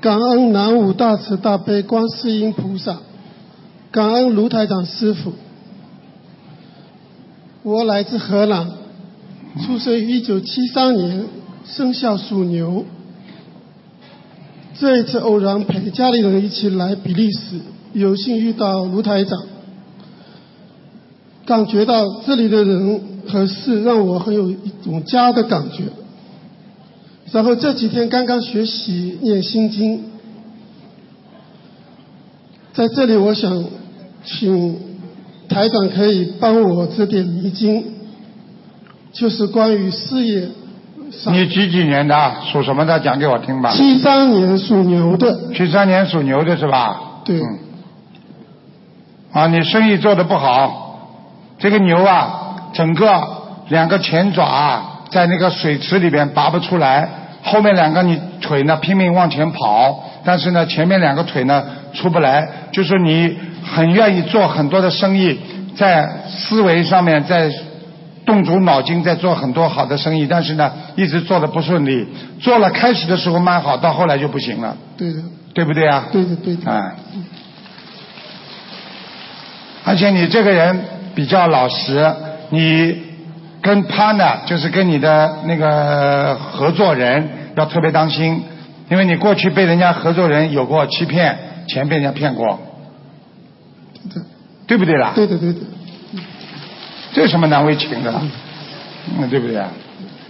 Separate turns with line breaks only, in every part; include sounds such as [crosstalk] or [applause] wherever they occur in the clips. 感恩南无大慈大悲观世音菩萨，感恩卢台长师傅。我来自荷兰，出生于一九七三年，生肖属牛。这一次偶然陪家里人一起来比利时，有幸遇到卢台长，感觉到这里的人和事让我很有一种家的感觉。然后这几天刚刚学习念心经，在这里我想请台长可以帮我指点迷津，就是关于事业上。
你几几年的？属什么的？讲给我听吧。
七三年属牛的，
七三年属牛的是吧？
对，
嗯啊，你生意做得不好，这个牛啊，整个两个前爪啊，在那个水池里边拔不出来，后面两个你腿呢拼命往前跑，但是呢前面两个腿呢出不来，就是你很愿意做很多的生意，在思维上面在。动足脑筋在做很多好的生意，但是呢，一直做的不顺利。做了开始的时候蛮好，到后来就不行了，
对的，
对不对啊？
对的，对的，
哎，而且你这个人比较老实，你跟 partner 就是跟你的那个合作人要特别当心，因为你过去被人家合作人有过欺骗，钱被人家骗过，对不对啦？
对的，对的，
这有什么难为情的啦？嗯，对不对啊？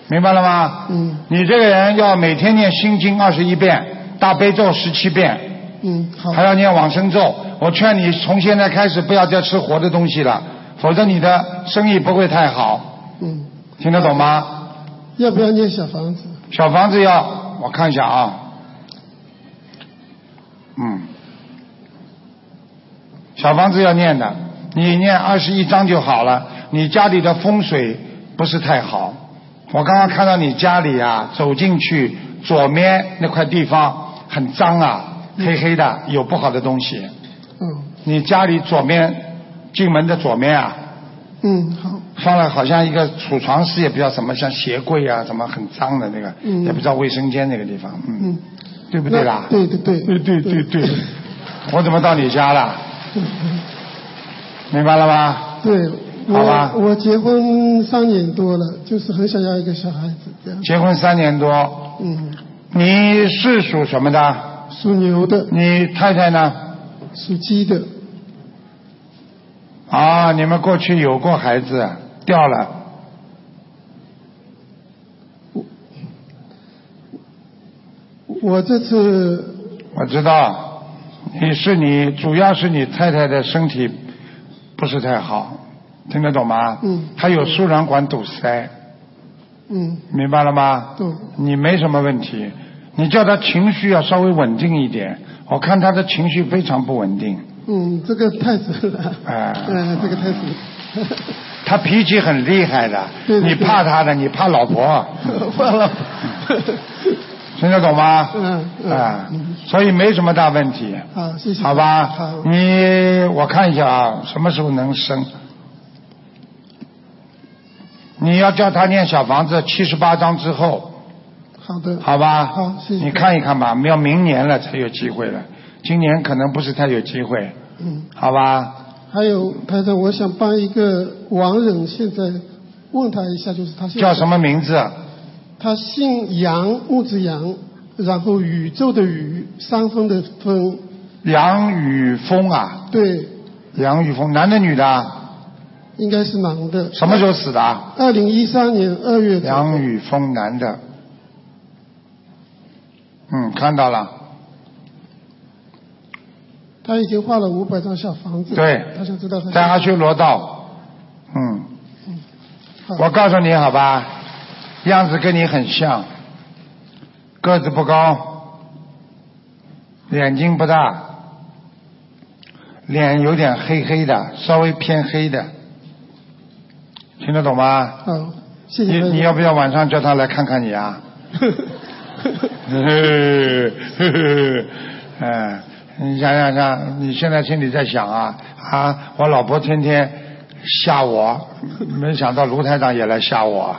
明白了吗？
嗯
你这个人要每天念心经二十一遍，大悲咒十七遍，
嗯，好
还，要念往生咒。我劝你从现在开始不要再吃活的东西了，否则你的生意不会太好。
嗯，
听得懂吗？
要不要念小房子？
小房子要我看一下啊，嗯，小房子要念的，你念二十一章就好了。你家里的风水不是太好，我刚刚看到你家里啊，走进去左面那块地方很脏啊，黑黑的，有不好的东西。
嗯
你家里左面进门的左面啊，
嗯，好，
放了好像一个储藏室，也不知道什么，像鞋柜啊，什么很脏的那个，
嗯
也不知道卫生间那个地方，嗯，
嗯，
对不对啦？
那对对对
对对对对，我怎么到你家了？明白了吗？
对，
好吧
我我结婚三年多了，就是很想要一个小孩子，这样，
结婚三年多，
嗯，
你是属什么的？
属牛的，
你太太呢？
属鸡的，
啊，你们过去有过孩子，掉了，
我这次
我知道。你是你，主要是你太太的身体不是太好，听得懂吗？
嗯
她有输卵管堵塞，
嗯，
明白了吗？
懂，
你没什么问题，你叫他情绪要稍微稳定一点。我看他的情绪非常不稳定，
嗯，这个太准了， [laughs]
哎
哎，这个 [laughs] 太准了，
他脾气很厉害的，
对对
你怕他
嗯
的，你怕老婆，
忘了，
听得懂吗？
嗯嗯
啊
嗯，
所以没什么大问题，
好，谢谢，
好吧？
好，
你我看一下啊，什么时候能生？你要叫他念小房子七十八章之后，
好的，
好吧？
好谢谢
你看一看吧，要明年了才有机会了，今年可能不是太有机会，
嗯，
好吧？
还有台长，我想帮一个亡人，现在问他一下，就是他现在
叫什么名字？
他姓杨，木字杨，然后宇宙的宇，三分的分，
杨宇峰啊，
对，
杨宇峰，男的女的啊？
应该是男的。
什么时候死的啊？
二零一三年二月左右。
杨宇峰，男的。嗯，看到了，
他已经画了五百张小房子。
对
他想知道他
在阿修罗道。嗯，
好
我告诉你好吧，样子跟你很像，个子不高，眼睛不大，脸有点黑黑的，稍微偏黑的，听得懂吗？
好，嗯谢谢
你
台长。
你要不要晚上叫他来看看你
[laughs]
啊？呵呵呵呵，嗯，你想想看，你现在心里在想啊啊，我老婆天天吓我，没
[laughs]
想到卢台长也来吓我， [laughs]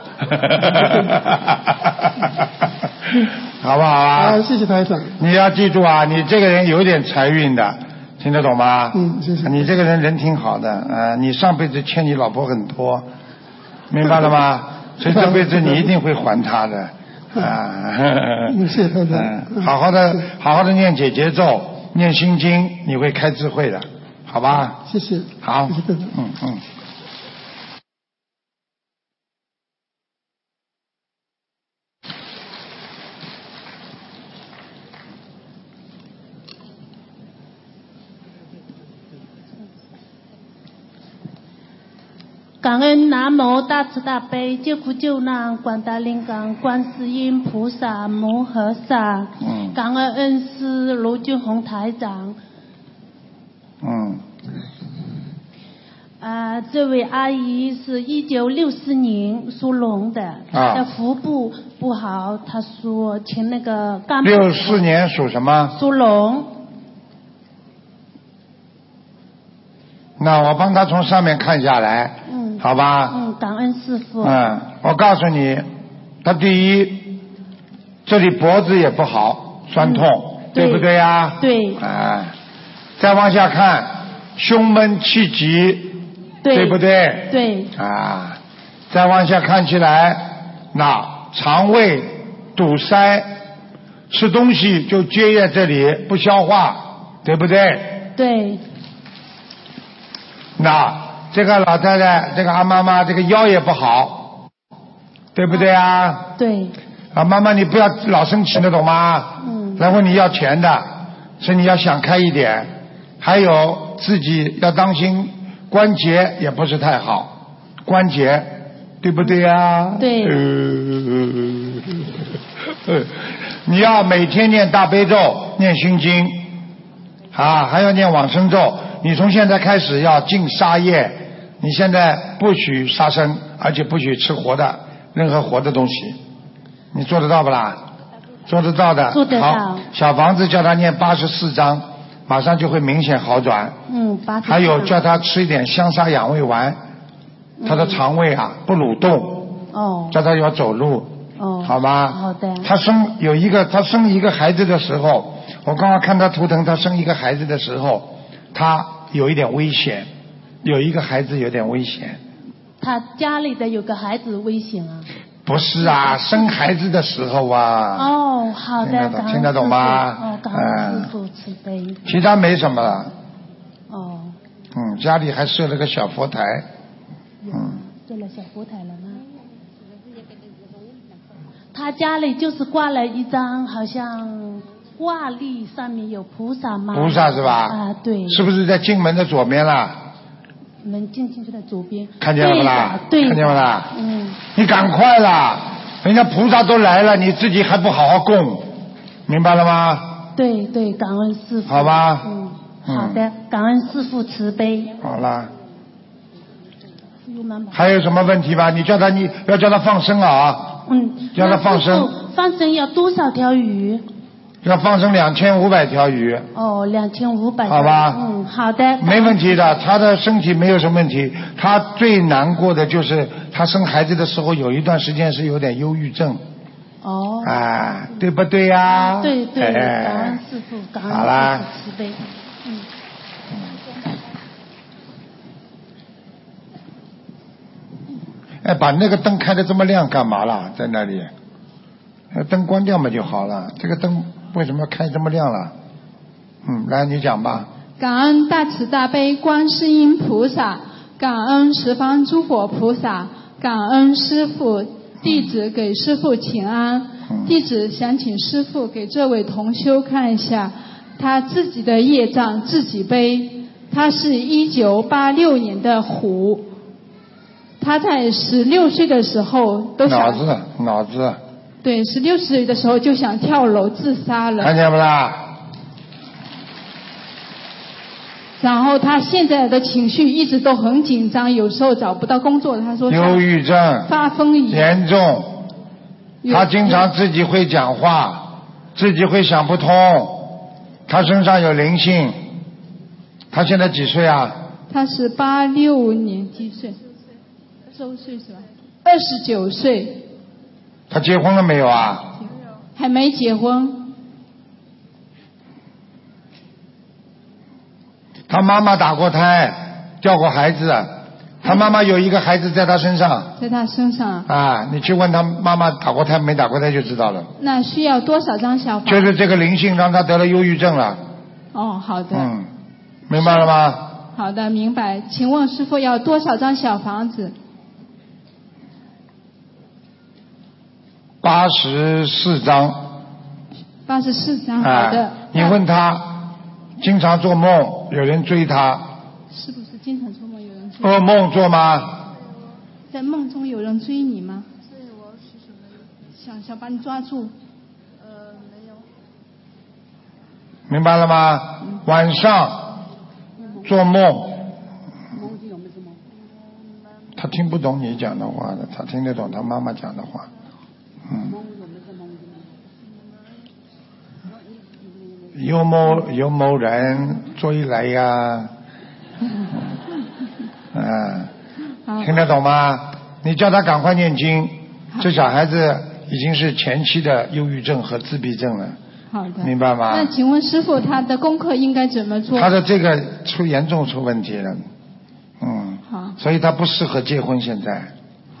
好不好啊？
好，谢谢台
[laughs]
长。
你要记住啊，你这个人有点财运的，听得懂吗？
嗯，谢谢。
你这个人人挺好的，呃，你上辈子欠你老婆很多，明白了吗？
[laughs]
[laughs]
所以这辈子你一定会还她的，啊、
嗯 [laughs] 谢谢台长
嗯，好好的，好好的念姐姐咒，念心经，你会开智慧的，好吧？
谢谢。
好
谢谢台长。
嗯嗯。
感恩南无大慈大悲救苦救难广大灵感观世音菩萨摩诃萨，
嗯
感恩恩师卢俊宏台长
嗯，
啊、这位阿姨是一九六四年属龙的，
啊
她腹部不好，她说请那个干部
六四年属什么？
属龙，
那我帮他从上面看下来，
嗯，
好吧？
嗯，感恩师傅，
嗯，我告诉你，他第一，这里脖子也不好，酸痛，
对
不对呀？
对
哎，再往下看，胸闷气急，
对
对不对？
对
啊，再往下看起来，那肠胃堵塞，吃东西就结液这里不消化，对不对？
对
那这个老太太，这个阿妈妈，这个腰也不好，对不对啊？
对，
啊，妈妈，你不要老生气的，懂吗？
嗯
来问你要钱的，所以你要想开一点。还有自己要当心，关节也不是太好，关节对不对啊？
对
呃呃你要每天念大悲咒，念心经，啊，还要念往生咒。你从现在开始要禁杀业，你现在不许杀生，而且不许吃活的任何活的东西，你做得到不啦？做得到的，
做得到
好，小房子叫他念八十四章，马上就会明显好转。
嗯，把
还有叫他吃一点香砂养胃丸，他的肠胃啊不蠕动，
哦
叫他要走路，
哦，
好吗？
好的，
他生有一个，他生一个孩子的时候，我刚刚看他图腾，他生一个孩子的时候，他有一点危险，有一个孩子有点危险。
他家里的有个孩子危险啊。
不是啊，生孩子的时候啊，
哦，好的，
听得懂
感恩
听得懂吗
师父哦，感恩师傅慈悲。
其他没什么了。
哦，
嗯，家里还设了个小佛台，嗯，
做了小佛台了吗？他家里就是挂了一张，好像挂历上面有菩萨吗？
菩萨是吧？
啊，对，
是不是在进门的左边啦？
门进进去的左边。
看见了不啦
对的，对的
看见不啦
嗯，
你赶快啦！人家菩萨都来了，你自己还不好好供，明白了吗？
对对，感恩师傅。
好吧
嗯，
嗯
好的，感恩师傅慈悲。嗯
好啦，
有妈妈
还有什么问题吧？你叫他，你要叫他放生啊，
嗯，
让他放生
那师父。放生要多少条鱼？
要放生两千五百条鱼，
哦，两千五百。
好吧
嗯，好的。
没问题的。他的身体没有什么问题，他最难过的就是他生孩子的时候有一段时间是有点忧郁症，
哦。
啊，对不对呀、
对对，感恩
哎，
师傅，感
好啦
恩师傅慈悲。嗯。
哎，把那个灯开的这么亮干嘛啦？在那里，那灯关掉嘛就好了。这个灯为什么要开这么亮了？嗯，来你讲吧。
感恩大慈大悲观世音菩萨，感恩十方诸佛菩萨，感恩师父，弟子给师父请安
嗯。
弟子想请师父给这位同修看一下，他自己的业障自己背。他是一九八六年的虎，他在十六岁的时候都
脑
想
子，脑子，
对十六岁的时候就想跳楼自杀了。
看见不啦？
然后他现在的情绪一直都很紧张，有时候找不到工作。他说他
忧郁症
发疯一样，
严重，他经常自己会讲话，自己会想不通，他身上有灵性。他现在几岁啊？
他是八六年几岁？二十五岁是吧？二十九岁，
他结婚了没有啊？
还没结婚，
他妈妈打过胎，掉过孩子，他妈妈有一个孩子在他身上
在他身上
啊，你去问他妈妈打过胎没打过胎就知道了。
那需要多少张小房？
就是这个灵性让他得了忧郁症了，
哦，好的，
嗯，明白了吗？
好的，明白。请问师傅要多少张小房子？
八十四章，
八十四张，嗯好
啊
的。，嗯
你问他，经常做梦，有人追他，
是不是经常做梦有人追？
噩哦梦做吗？
在梦中有人追你吗？想想把你抓住，
明白了吗？晚上做梦。他听不懂你讲的话的，他听得懂他妈妈讲的话。嗯。有某有某人追来呀、嗯，
好
听得懂吗？你叫他赶快念经，这小孩子已经是前期的忧郁症和自闭症了，
好的。
明白吗？
嗯那请问师傅，他的功课应该怎么做？
啊他的这个出严重出问题了，嗯，
好，
所以他不适合结婚现在，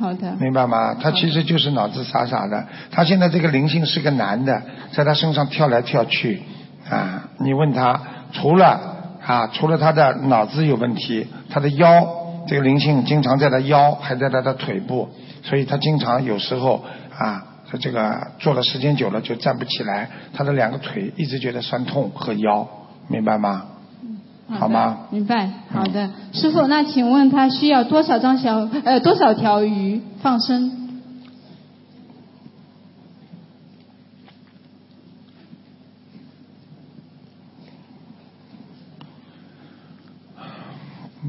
好的，
明白吗？他其实就是脑子傻傻的，他现在这个灵性是个男的，在他身上跳来跳去，啊，你问他，除了啊，除了他的脑子有问题，他的腰这个灵性经常在他腰，还在他的腿部，所以他经常有时候啊。他这个坐了时间久了就站不起来，他的两个腿一直觉得酸痛和腰，明白吗？
的
好吗？嗯
明白，好的。师傅，那请问他需要多少张小呃多少条鱼放生？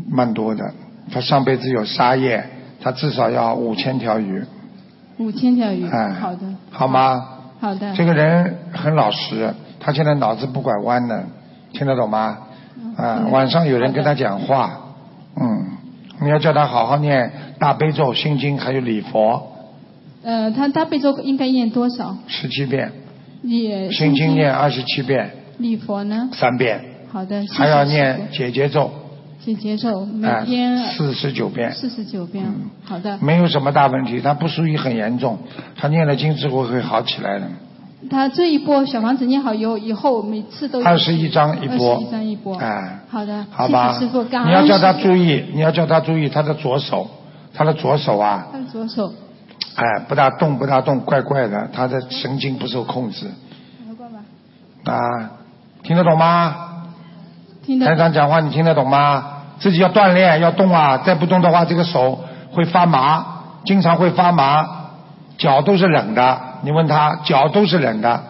蛮多的。他上辈子有杀业，他至少要五千条鱼，
五千条鱼。
哎
好的，
好吗？
好的。
这个人很老实，他现在脑子不拐弯的，听得懂吗？
嗯
啊，晚上有人跟他讲话，嗯，你要叫他好好念大悲咒、心经，还有礼佛
呃，他大悲咒应该念多少？
十七遍，
也
心经念二十七遍，
礼佛呢？
三遍，
好的。谢谢
还要
师
念解结咒，
傅解节咒，每
啊
天，
四十九遍。
四十九遍。
嗯
好的。
没有什么大问题，他不属于很严重，他念了经之后会好起来的。
他这一波小房子念好以后，以后每次都
21张一波
嗯二十一张一波。
哎
好的，
好吧，
谢谢师傅，感恩
你要叫他
师父
注意，你要叫他注意他的左手，他的左手啊，
他的左手。
哎，不大动不大动，怪怪的，他的神经不受控制啊，听得懂吗？
听
台
得
长讲话你听得懂吗？自己要锻炼，要动啊，再不动的话，这个手会发麻，经常会发麻，脚都是冷的。你问他，脚都是冷的。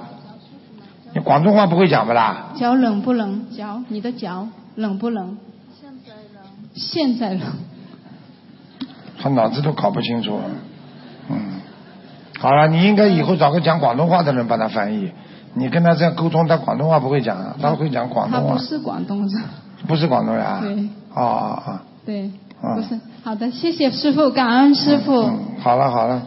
你广东话不会讲不啦？
脚冷不冷？脚，你的脚冷不冷？现在冷。现在冷。
他脑子都搞不清楚了。嗯，好了，你应该以后找个讲广东话的人帮他翻译。你跟他这样沟通，他广东话不会讲啊，他会讲广
他
东话
不，是广东人。
不是广东人啊。
对
哦哦哦，
对，
嗯
不是。好的，谢谢师傅，感恩师傅。
嗯，好了好了。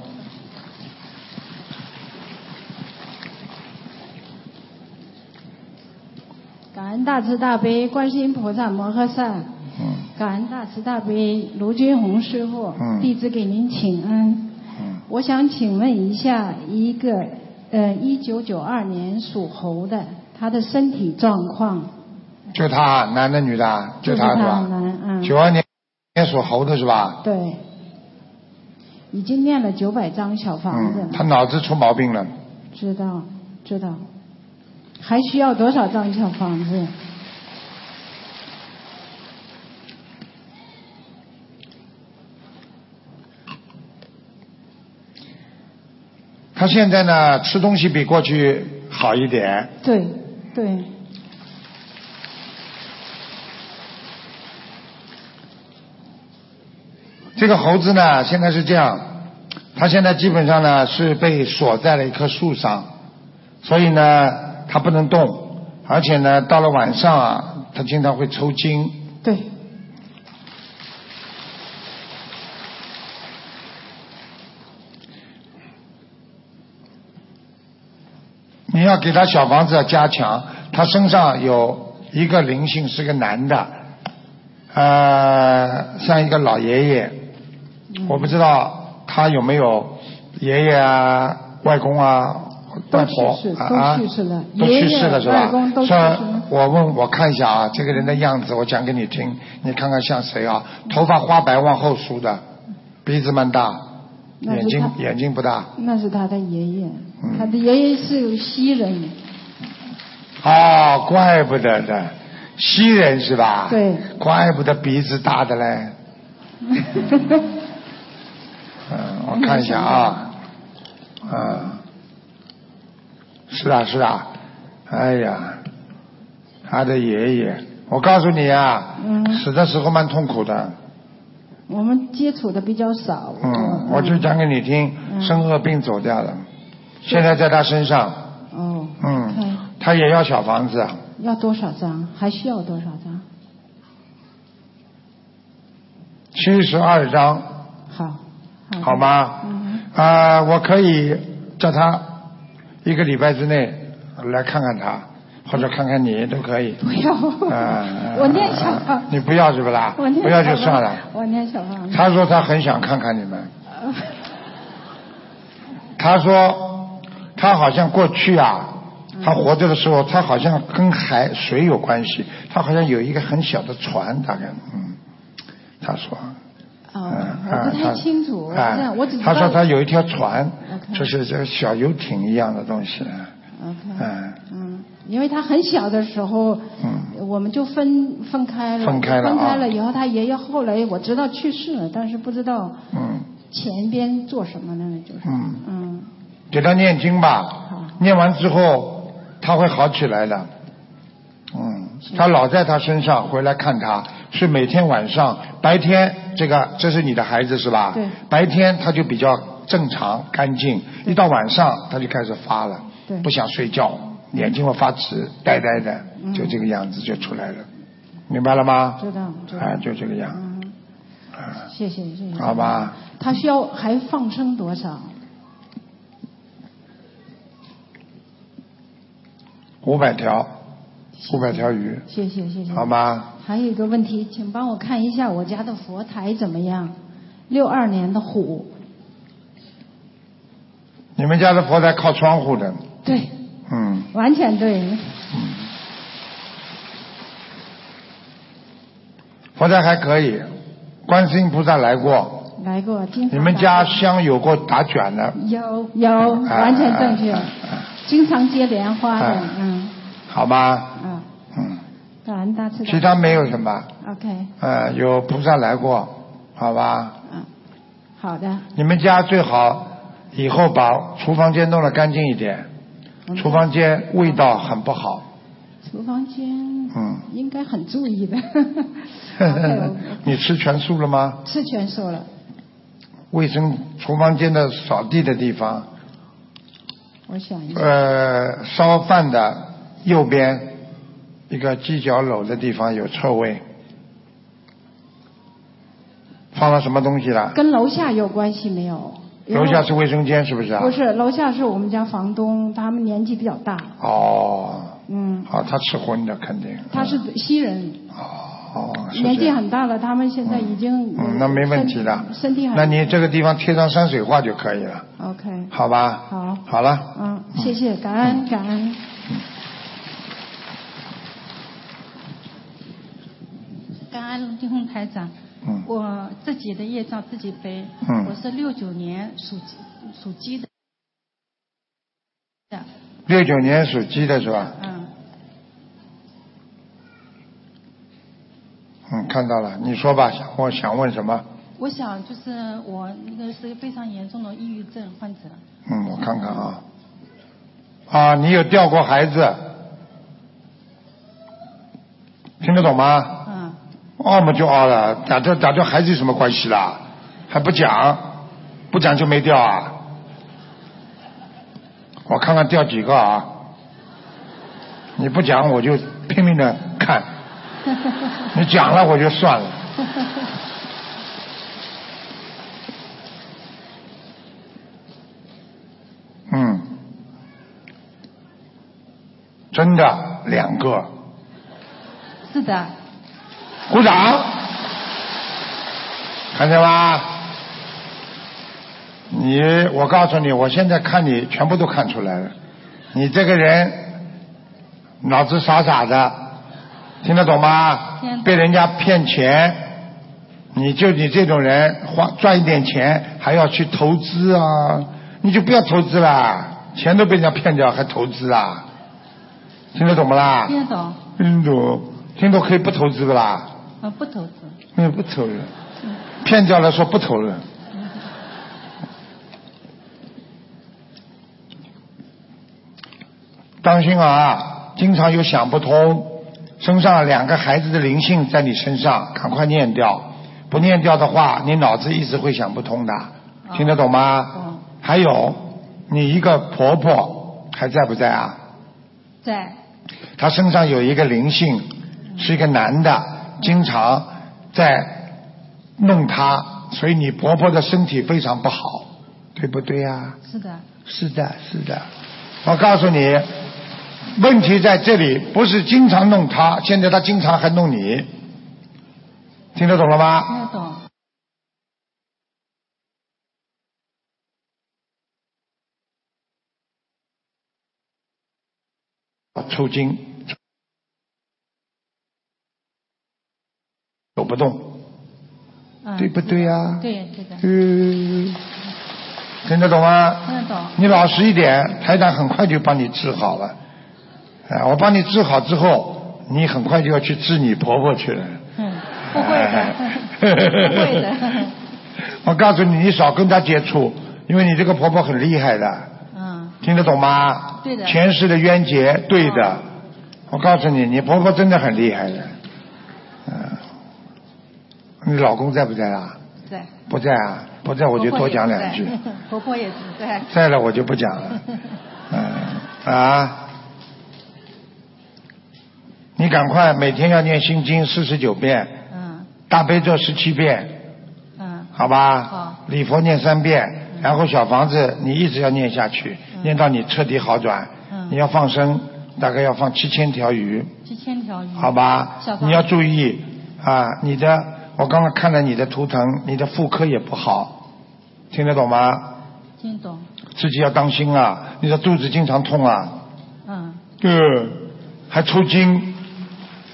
感恩大慈大悲观世音菩萨摩诃萨，
嗯
感恩大慈大悲卢军红师傅，
嗯
弟子给您请安。
嗯，
我想请问一下，一个呃，一九九二年属猴的，他的身体状况，
就他，男的女的啊，
就是
他是
他
吧？
男嗯，
九二年年属猴的是吧？
对，已经念了九百张小房子了
嗯，，他脑子出毛病了，
知道知道，还需要多少张小房子？
他现在呢吃东西比过去好一点，
对对，
这个猴子呢，现在是这样，它现在基本上呢是被锁在了一棵树上，所以呢它不能动，而且呢到了晚上啊，它经常会抽筋。
对。
你要给他小房子要加强，他身上有一个灵性是个男的，呃，像一个老爷爷，
嗯
嗯
我不知道他有没有爷爷啊、外公啊、外婆
都去世
啊啊，
都去世了
都
爷
去
爷
世了是
外
吧
公都？去世
像
了
我问我看一下啊，这个人的样子我讲给你听，你看看像谁啊？头发花白往后梳的，鼻子蛮大，
那
眼
是
睛
他
眼睛不大。
那是他的爷爷，
嗯
他的爷爷是西人，
哦，怪不得的，西人是吧？
对。 [laughs]
怪不得鼻子大的嘞。嗯，我看一下啊，嗯，是啊是啊，哎呀，他的爷爷，我告诉你啊，
嗯
死的时候蛮痛苦的，
我们接触的比较少。
嗯，我就讲给你听，
嗯
生恶病走掉了，现在在他身上，
哦，
嗯，
看
他也要小房子，啊
要多少张？还需要多少张？
七十二章。
好，的
好？吗？
嗯，
啊、我可以叫他一个礼拜之内来看看他，或者看看你都可以。
不要，
[laughs] 啊、
我念小房，
你不要是不啦？
我念
不要就
小房
算了。
我念小房 [laughs] 子。哦
他说他很想看看你们。他说他好像过去啊，他活着的时候，他好像跟海水有关系，他好像有一个很小的船，大概嗯，他说。
哦，
啊
我不
他
太清楚，我
啊
这样我只知道。
他说他有一条船
OK，
就是这个小游艇一样的东西。
OK，
嗯，
嗯，因为他很小的时候，
嗯
我们就分分开了，
分开了啊
分开了以后，他爷爷后来我知道去世了，但是不知道
嗯，
前边做什么呢，就是，
嗯
嗯，
给他念经
好
吧，念完之后他会好起来的。嗯，他老在他身上回来看他，是每天晚上白天这个这是你的孩子是吧？
对
白天他就比较正常干净，一到晚上他就开始发了
对，
不想睡觉，眼睛会发直，呆呆的，就这个样子就出来了，明白了吗？
嗯知道知道
哎，就这个样。
嗯，
啊
谢谢谢谢。
好吧。
他需要还放生多少？
五百条，五百条鱼，
谢谢谢谢。
好吗？
还有一个问题，请帮我看一下我家的佛台怎么样？六二年的虎，
你们家的佛台靠窗户的，
对，
嗯，
完全对，
佛台还可以，观世音菩萨来过，
来过。经常
你们
打
家香有过打卷的，
有有，
啊
完全正确
啊啊，
经常接莲花的
啊，
嗯
好吗？
啊，
嗯，
感恩大慈
其
大
他没有什么，
，OK，
呃，有菩萨来过，好吧？
嗯，好的，
你们家最好以后把厨房间弄得干净一点，
我们
厨房间味道很不好，
厨房间
嗯
应该很注意的 [laughs] ，OK，我
[laughs] 你吃全素了吗？
吃全素了，
卫生厨房间的扫地的地方，
我想一下，
呃，烧饭的右边一个犄角篓的地方有臭味，放了什么东西了？
跟楼下有关系没有？因
楼
为
下是卫生间是不是啊？
不。是，楼下是我们家房东，他们年纪比较大，
哦，
嗯，
好，他吃荤的肯定。
他是西人，
哦，嗯是这样
年纪很大了，他们现在已经
嗯，那没问题的。
身身体很
那你这个地方贴上山水画就可以了，
OK，
好吧？
好
好了，
嗯，谢谢，感恩感恩。
感恩卢金红台长，
嗯
我自己的业障自己背。
嗯
我是六九年属鸡属鸡的，的，
六九年属鸡的是吧？
嗯，
嗯，看到了，你说吧，想问想问什么？
我想就是我那个是非常严重的抑郁症患者，
嗯，我看看啊。啊，你有掉过孩子？听得懂吗？
嗯，
傲嘛就傲了，打掉打掉孩子有什么关系啦？还不讲，不讲就没掉啊？我看看掉几个啊？你不讲我就拼命的看，你讲了
[laughs]
我就算了。嗯，真的两个，
是的，
鼓掌，
啊
看见吧？你，我告诉你，我现在看你全部都看出来了，你这个人脑子傻傻的，听得懂吗
听得？懂
被人家骗钱，你就你这种人花赚一点钱还要去投资啊，你就不要投资啦，钱都被人家骗掉还投资啊？听得懂不啦？
听得懂？
听懂，听懂可以不投资的啦？
呃，不投资。
那不投了，骗掉了说不投了。当心啊！经常有想不通，身上两个孩子的灵性在你身上，赶快念掉。不念掉的话，你脑子一直会想不通的，听得懂吗？还有，你一个婆婆还在不在啊？
在
他身上有一个灵性，是一个男的，经常在弄她，所以你婆婆的身体非常不好，对不对呀、
是的，
是的，是的。我告诉你，问题在这里，不是经常弄她，现在她经常还弄你，听得懂了吗？
听得懂？
抽筋，走不动，
嗯。
啊对不对呀、
对，对的。
嗯，听得懂吗？
听得懂？
你老实一点，台长很快就帮你治好了。啊，我帮你治好之后，你很快就要去治你婆婆去了。
嗯，不会的，不会的。
[laughs] 我告诉你，你少跟她接触，因为你这个婆婆很厉害的，
嗯，
听得懂吗？
对嗯的
前世的冤结，对的。我告诉你，你婆婆真的很厉害的。嗯、你老公在不在啦？
在。
不在啊，不在我就多讲两句。
婆婆也是在。
在
[laughs]
了我就不讲了。嗯啊，你赶快每天要念心经四十九遍，
嗯
大悲咒十七遍，
嗯
好吧？
好
礼佛念三遍，然后小房子你一直要念下去，
嗯
念到你彻底好转。
嗯
你要放生，大概要放七千条鱼，
七千条鱼。
好吧
小？房
你要注意啊，你的我刚刚看了你的图腾，你的妇科也不好，听得懂吗？
听懂？
自己要当心啊，你的肚子经常痛啊，
嗯，
呃，还抽筋，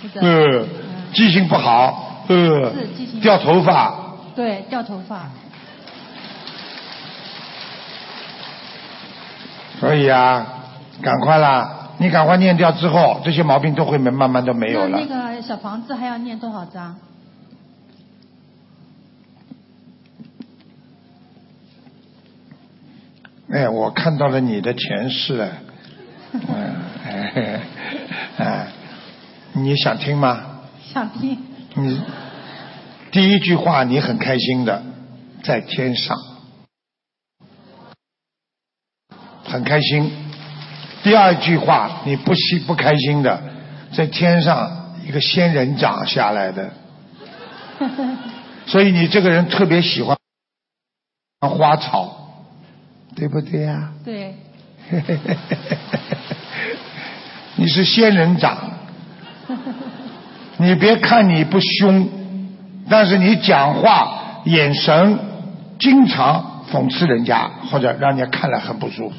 是的。
呃，记性不好，呃
是记性不，好
掉头发，
对，掉头发。
所以啊，赶快啦，你赶快念掉之后，这些毛病都会慢慢慢都没有
那
了
那。个小房子还要念多少章？
哎，我看到了你的前世，哎嗯，哎嘿嘿，哎，你想听吗？
想听。
你嗯第一句话你很开心的，在天上，很开心。第二句话你不喜不开心的，在天上一个仙人掌下来的，所以你这个人特别喜欢花草，对不对呀、
[laughs]
[laughs]
对，
你是仙人掌，你别看你不凶，但是你讲话眼神经常讽刺人家，或者让人家看了很不舒服，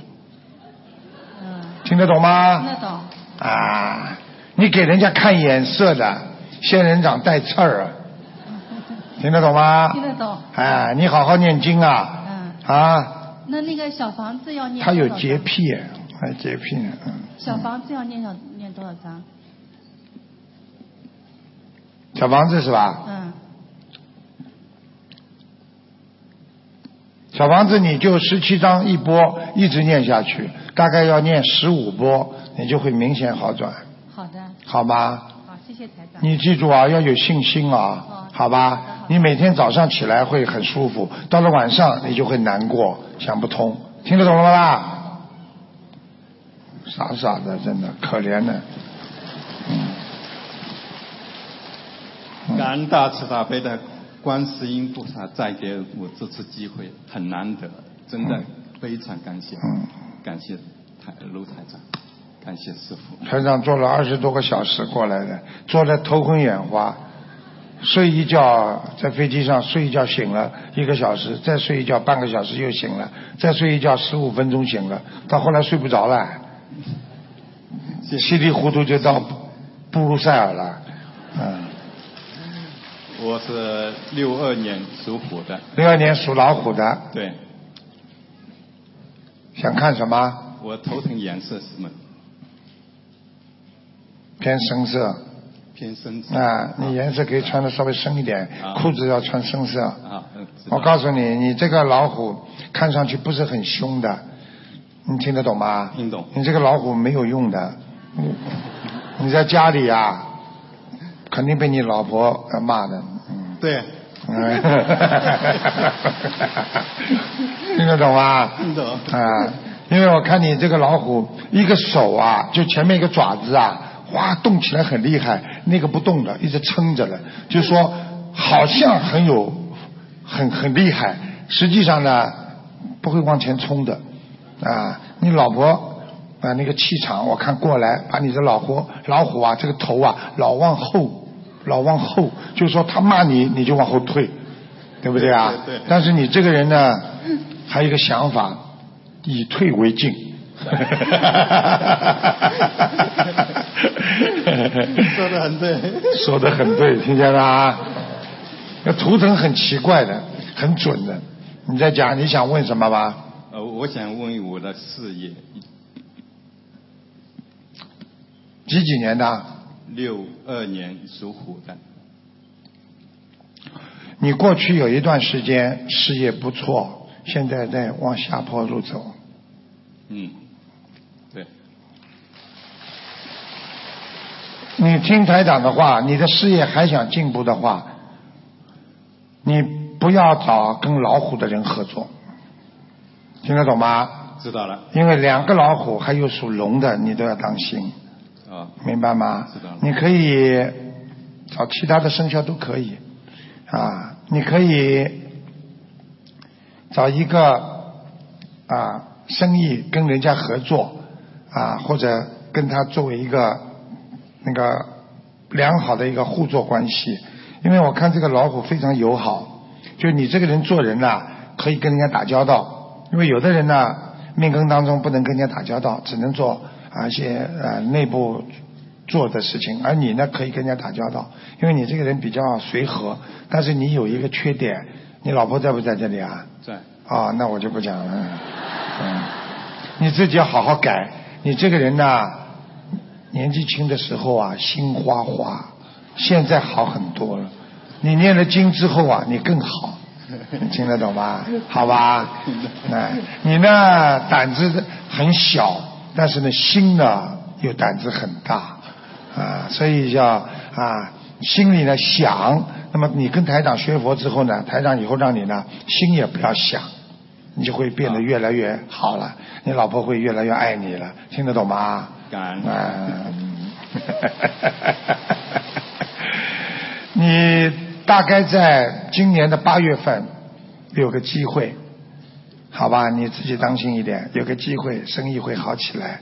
嗯，
听得懂吗
听？得懂。
啊，你给人家看眼色的，仙人掌带刺儿啊，听得懂吗
听？得懂。
哎，你好好念经啊，
嗯，
啊，
那那个小房子要念
他
多少
有
章
洁。癖，还洁癖呢，嗯。
小房子要念小念多少章？
小房子是吧？
嗯，
小房子你就十七章一波，一直念下去，大概要念十五波，你就会明显好转，
好的，
好吗？
好，谢谢台长。
你记住啊，要有信心
哦
啊，好
好的
吧
好？的
你每天早上起来会很舒服，到了晚上你就会难过，想不通，听得懂了吧？傻傻的，真的可怜的。
[laughs] 感恩大慈大悲的观世音菩萨再给我这次机会，很难得，真的非常感谢，
嗯
感谢台卢台长。感谢师傅，
船长坐了二十多个小时过来的，坐得头昏眼花，睡一觉在飞机上睡一觉醒了一个小时，再睡一觉半个小时又醒了，再睡一觉十五分钟醒了，到后来睡不着了，稀里糊涂就到布鲁塞尔了，嗯，
我是六二年属虎的，
六二年属老虎的，
对
想看什么？
我头疼颜色是什么？
偏深色
偏深色
啊，你颜色可以穿的稍微深一点，裤子要穿深色。
啊，嗯知道
我告诉你，你这个老虎看上去不是很凶的，你听得懂吗？
听懂。
你这个老虎没有用的，你你在家里啊，肯定被你老婆呃骂的。 [laughs]
对，
[laughs] 听得懂吗？
听懂。
啊，因为我看你这个老虎，一个手啊，就前面一个爪子啊，哇，动起来很厉害，那个不动的，一直撑着的，就说好像很有，很很厉害，实际上呢，不会往前冲的，啊，你老婆。啊，那个气场我看过来，把你的老虎老虎啊，这个头啊，老往后，老往后，就是说他骂你，你就往后退，对不对啊？
对嗯对对
但是你这个人呢，还有一个想法，以退为进。 [laughs]
说的很对。
说的很对，听见了啊？那图腾很奇怪的，很准的。你在讲你想问什么吧？
呃，我想问我的事业，
几几年的？
六二年属虎的，
你过去有一段时间事业不错，现在在往下坡路走。
嗯，对，
你听台长的话，你的事业还想进步的话，你不要找跟老虎的人合作，听得懂吗？
知道了，
因为两个老虎还有属龙的，你都要当心，
啊，
明白吗
知道了？
你可以找其他的生肖都可以，啊，你可以找一个啊生意跟人家合作啊，或者跟他作为一个那个良好的一个互作关系。因为我看这个老虎非常友好，就你这个人做人呐、可以跟人家打交道。因为有的人呢、命根当中不能跟人家打交道，只能做啊一些呃内部做的事情，而你呢可以跟人家打交道，因为你这个人比较随和，但是你有一个缺点，你老婆在不在这里啊？
在，
啊，那我就不讲了。嗯，你自己要好好改。你这个人呐、年纪轻的时候啊，心花花，现在好很多了。你念了经之后啊，你更好，你听得懂吗？好吧？哎，你呢胆子很小，但是呢心呢又胆子很大啊，所以叫啊心里呢想。那么你跟台长学佛之后呢，台长以后让你呢心也不要想，你就会变得越来越好了，你老婆会越来越爱你了，听得懂吗？
感恩
嗯， [laughs] 你大概在今年的八月份有个机会，好吧，你自己当心一点，有个机会生意会好起来。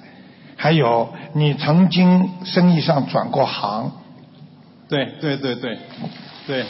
还有，你曾经生意上转过行，
对对对对，对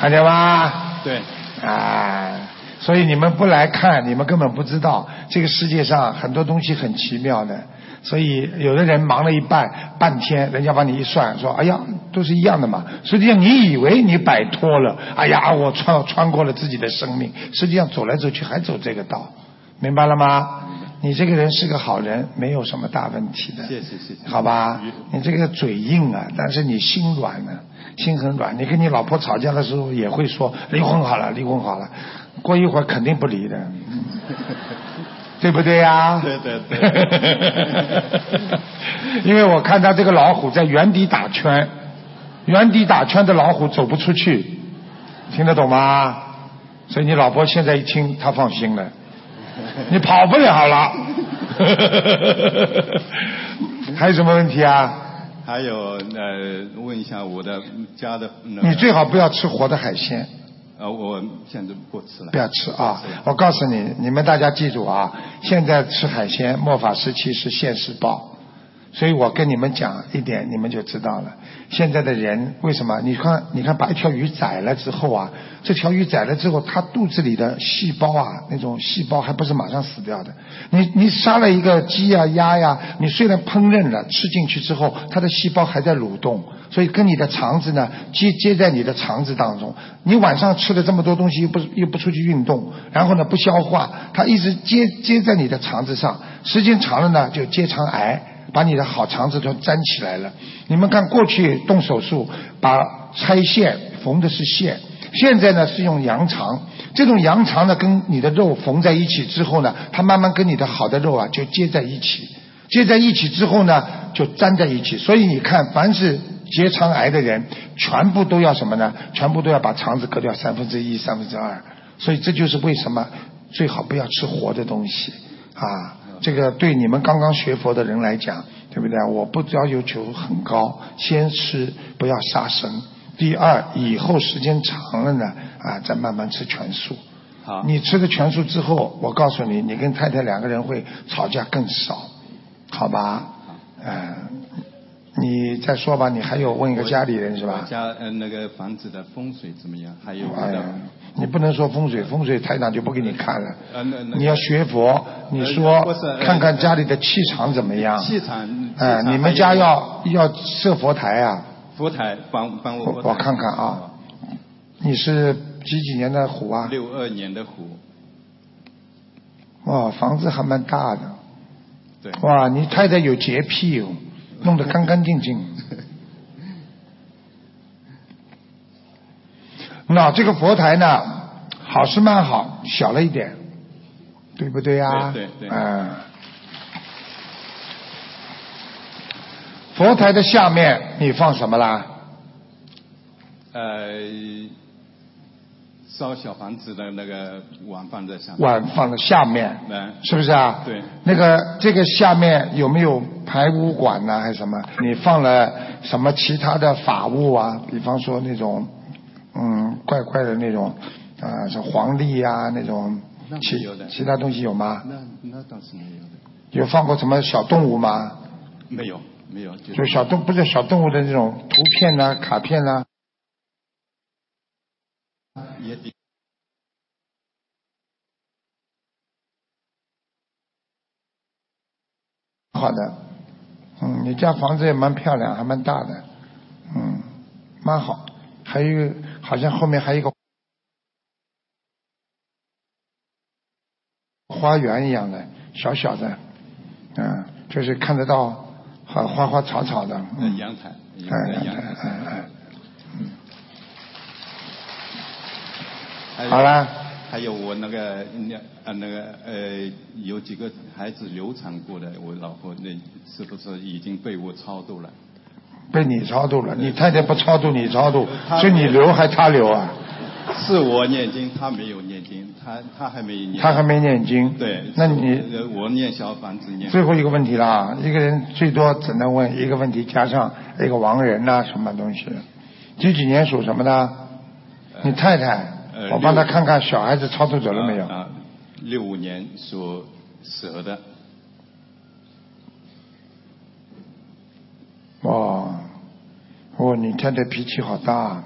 看见吗？
对，
啊，所以你们不来看，你们根本不知道这个世界上很多东西很奇妙的。所以有的人忙了一半半天，人家帮你一算，说：“哎呀，都是一样的嘛。”实际上你以为你摆脱了，哎呀，我穿穿过了自己的生命，实际上走来走去还走这个道，明白了吗？你这个人是个好人，没有什么大问题的。
谢谢谢谢
好吧，你这个嘴硬啊，但是你心软呢、心很软。你跟你老婆吵架的时候也会说离婚好了，离婚好了，过一会儿肯定不离的，对不对呀、
对对对
[laughs] 因为我看他这个老虎在原地打圈，原地打圈的老虎走不出去，听得懂吗？所以你老婆现在一听，她放心了，你跑不了了。还有什么问题啊？
还有呃，问一下我的家的，那个
你最好不要吃活的海鲜。
呃，我现在不吃了
不，要吃啊！我告诉你，你们大家记住啊，现在吃海鲜，末法时期是现世报。所以我跟你们讲一点，你们就知道了。现在的人为什么？你看，你看，把一条鱼宰了之后啊，这条鱼宰了之后，它肚子里的细胞啊，那种细胞还不是马上死掉的。你你杀了一个鸡呀、鸭呀、你虽然烹饪了，吃进去之后，它的细胞还在蠕动，所以跟你的肠子呢接接在你的肠子当中。你晚上吃了这么多东西，又不又不出去运动，然后呢不消化，它一直接接在你的肠子上，时间长了呢就结肠癌。把你的好肠子都粘起来了。你们看，过去动手术把拆线缝的是线，现在呢是用羊肠。这种羊肠呢跟你的肉缝在一起之后呢，它慢慢跟你的好的肉啊就接在一起，接在一起之后呢就粘在一起。所以你看，凡是结肠癌的人，全部都要什么呢？全部都要把肠子割掉三分之一、三分之二。所以这就是为什么最好不要吃活的东西啊。这个对你们刚刚学佛的人来讲，对不对？我不要要求很高，先吃，不要杀生。第二，以后时间长了呢，啊，再慢慢吃全素。
好，
你吃了全素之后，我告诉你，你跟太太两个人会吵架更少，好吧？嗯，你再说吧，你还有问一个家里人是
我
吧？
家呃那个房子的风水怎么样？还有我
哎呀
的，
你不能说风水，风水台长就不给你看了。
呃那那
你要学佛，你
呃不
说
是呃
看看家里的气场怎么样？
气场气
哎，
场
你们
还
家
有
要要设佛台啊？
佛台帮帮我
我我看看啊，你是几几年的虎啊？
六二年的虎，
哇，哦房子还蛮大的。
对，
哇，你太太有洁癖哦，弄得干干
[laughs]
净净。那这个佛台呢，好是蛮好，小了一点，对不对啊？
对对对
嗯。佛台的下面你放什么啦？
呃，烧小房子的那个碗放在下面，
碗放在下面，
来
是不是啊？
对
那个这个下面有没有排污管呐、还是什么？你放了什么其他的法物啊？比方说那种，嗯，怪怪的那种，啊、是黄历啊那种
那，没
其
有的
其他东西有吗？
那那倒是没有的，
有放过什么小动物吗？
没有没有，就
就小动不是小动物的那种图片呐、卡片呐、
也
好的，嗯，你家房子也蛮漂亮，还蛮大的，嗯，蛮好。还有一个，好像后面还有一个花园一样的，小小的，嗯，就是看得到花花花草草的，
呃
嗯，
阳台，
嗯
在
嗯
阳
嗯
台上
嗯
还有
好啦
还有我那个那呃那个呃有几个孩子流产过的，我老婆那是不是已经被我超度了？
嗯，被你超度了，你太太不超度，你超度，
他
所以你留还他留啊？
是我念经，他没有念经，他他还没念。
他还没念经，
对，
那
是
你
呃我念小房子念。
最后一个问题啦，一个人最多只能问一个问题，加上一个亡人呐、什么东西？几几年属什么的？你太太，
呃
我帮她
六
看看小孩子超度走了没有？
啊，六五年属蛇的，
哦，哦，你太太脾气好大，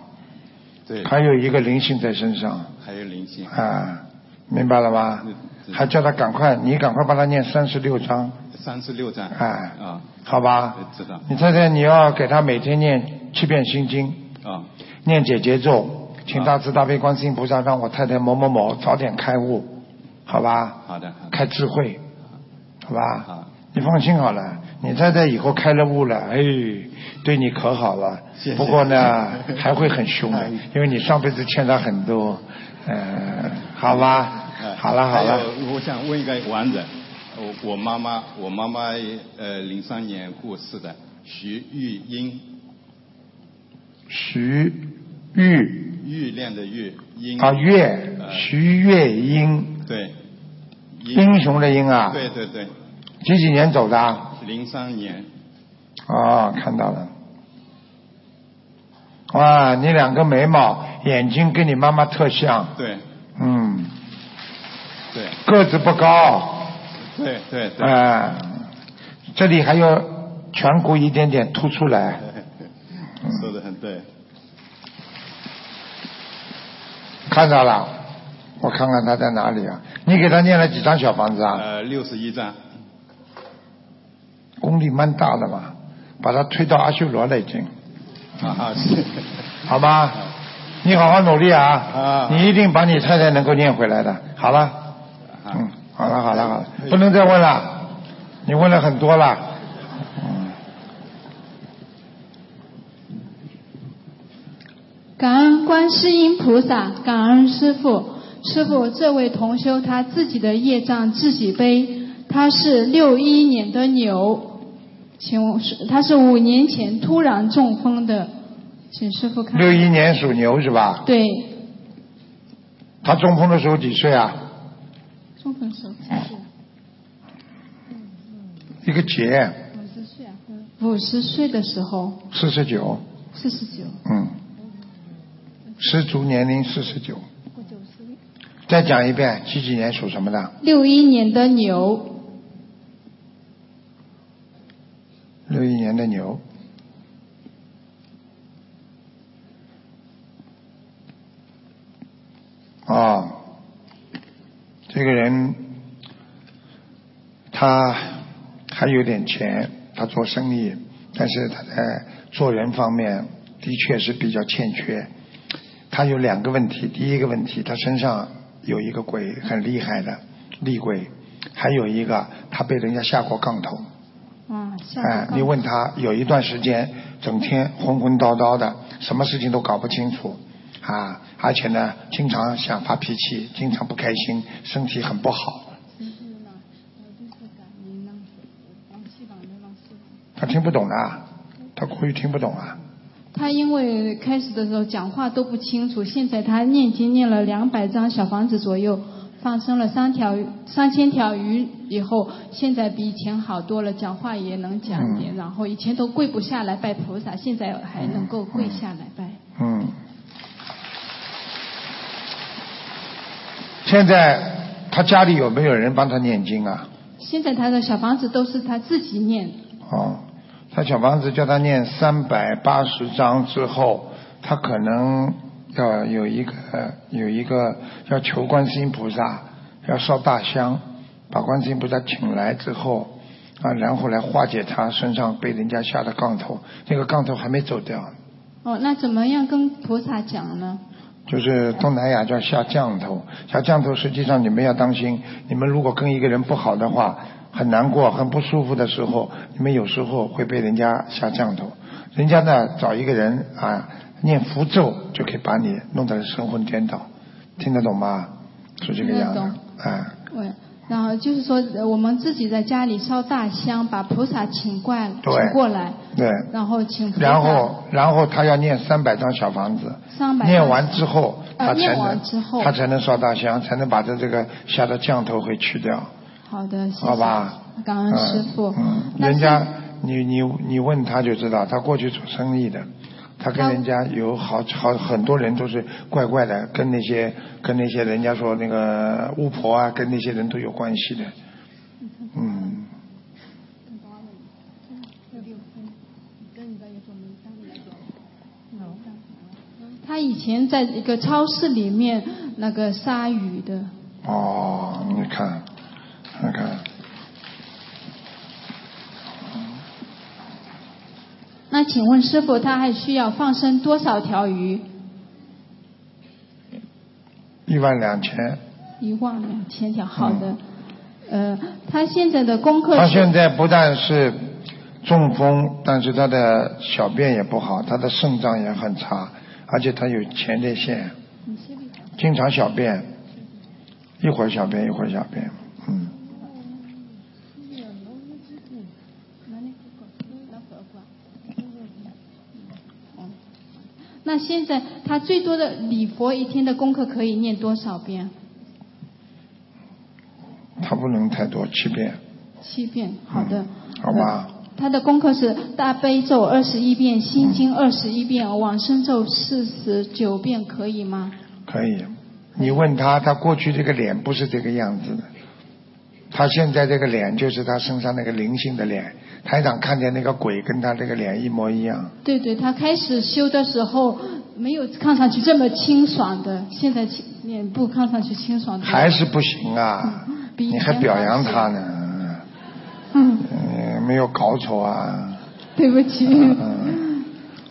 对，
还有一个灵性在身上
还有灵性，
啊，明白了吗
嗯？嗯
还叫她赶快，你赶快帮她念三十六章，
三十六张。
哎
啊
好吧
呃？知道
你太太，你要给她每天念七遍心经。
啊，
念姐姐咒，请
啊
大慈大悲观世音菩萨让我太太某某某早点开悟，好吧？
好的好的
开智慧，好吧？
好
你放心好了，你太太以后开了悟了，哎，对你可好了。
谢谢
不过
[laughs]
呢，还会很凶的
哎，
因为你上辈子欠她很多，嗯，好吧？
哎
好了好
还，
了
有我想问一个完人，我我妈妈，我妈妈呃零三年过世的，徐玉英，
徐玉
玉亮的玉，英
啊月
呃
徐月英，
对，英
英雄的英啊，
对对对，
几几年走的啊？
零三年，
啊，看到了。哇，你两个眉毛、眼睛跟你妈妈特像，
对
嗯，
对
个子不高，啊
对对对，
哎、这里还有颧骨一点点凸出来。
说的很对。
看到了，我看看他在哪里啊？你给他念了几张小房子啊？
呃，六十一章，
功力蛮大的嘛，把他推到阿修罗了已经，
[laughs] 啊，是，
好吗？你好好努力啊！你一定把你太太能够念回来的。好了，嗯，好了，好了，好了，不能再问了，你问了很多了。
感恩观世音菩萨，感恩师傅。师傅，这位同修他自己的业障自己背，他是六一年的牛，请是他是五年前突然中风的，请师傅看。
六一年属牛是吧？
对，
他中风的时候几岁啊？
中风时候
一个结，
五十岁啊，五十岁的时候
四十九，
四十九，
嗯，失足年龄四十九。再讲一遍，几几年属什么的？
六一年的牛，
六一年的牛。哦，这个人他还有点钱，他做生意，但是他在做人方面的确是比较欠缺。他有两个问题，第一个问题，他身上有一个鬼很厉害的厉鬼，还有一个他被人家下过杠头。
啊，
嗯
下
哎，你问他有一段时间整天昏昏叨叨的，什么事情都搞不清楚啊，而且呢，经常想发脾气，经常不开心，身体很不好。他听不懂啊，他过去听不懂啊，
他因为开始的时候讲话都不清楚，现在他念经念了两百张小房子左右，放生了三条三千条鱼以后，现在比以前好多了，讲话也能讲一点，然后以前都跪不下来拜菩萨，现在还能够跪下来拜。
嗯。现在他家里有没有人帮他念经啊？
现在他的小房子都是他自己念，
哦，他小房子叫他念三百八十章之后，他可能要有一个有一个要求观世音菩萨，要烧大香，把观世音菩萨请来之后啊，然后来化解他身上被人家下的杠头，那个杠头还没走掉，
哦，那怎么样跟菩萨讲呢？
就是东南亚叫下降头，下降头实际上你们要当心，你们如果跟一个人不好的话，很难过、很不舒服的时候，你们有时候会被人家下降头。人家呢找一个人啊念符咒，就可以把你弄得神魂颠倒，听得懂吗？是这个样子
听得
啊。
对，然后就是说呃我们自己在家里烧大香，把菩萨请过来，
对
请过来，
对，
然后请菩萨
然后然后他要念三百张小房子，
三百
念完之后，
呃
他才
念
能
完之后
他才能烧大香，才能把他这个下的降头会去掉。
好的，谢谢
好嗯吧，
感恩师傅。那
人
是
家你你你问他就知道，他过去做生意的，他跟
那
人家有好好很多人都是怪怪的，跟那些跟那些人家说那个巫婆啊，跟那些人都有关系的。嗯，
他以前在一个超市里面那个杀鱼的，
哦，你看，看看，
那请问师傅，他还需要放生多少条鱼？
一万两千，
一万两千条。好的，呃，他现在的功课
嗯他
是
现在不但是中风，但是他的小便也不好，他的肾脏也很差，而且他有前列腺，经常小便，一会儿小便一会儿小便，嗯，
那现在他最多的礼佛一天的功课可以念多少遍？
他不能太多，七遍，
七遍。
嗯
好的。
好吧？
他的功课是大悲咒二十一遍，心经二十一遍，往生咒四十九遍，可以吗？
可以。你问他，他过去这个脸不是这个样子的，他现在这个脸就是他身上那个灵性的脸，台长看见那个鬼跟他这个脸一模一样。
对对，他开始修的时候没有看上去这么清爽的，现在清脸部看上去清爽的。
还是不行啊！
嗯比
你
以前
还表扬
好
他呢？
嗯，
嗯，没有搞错啊！
对不起，
嗯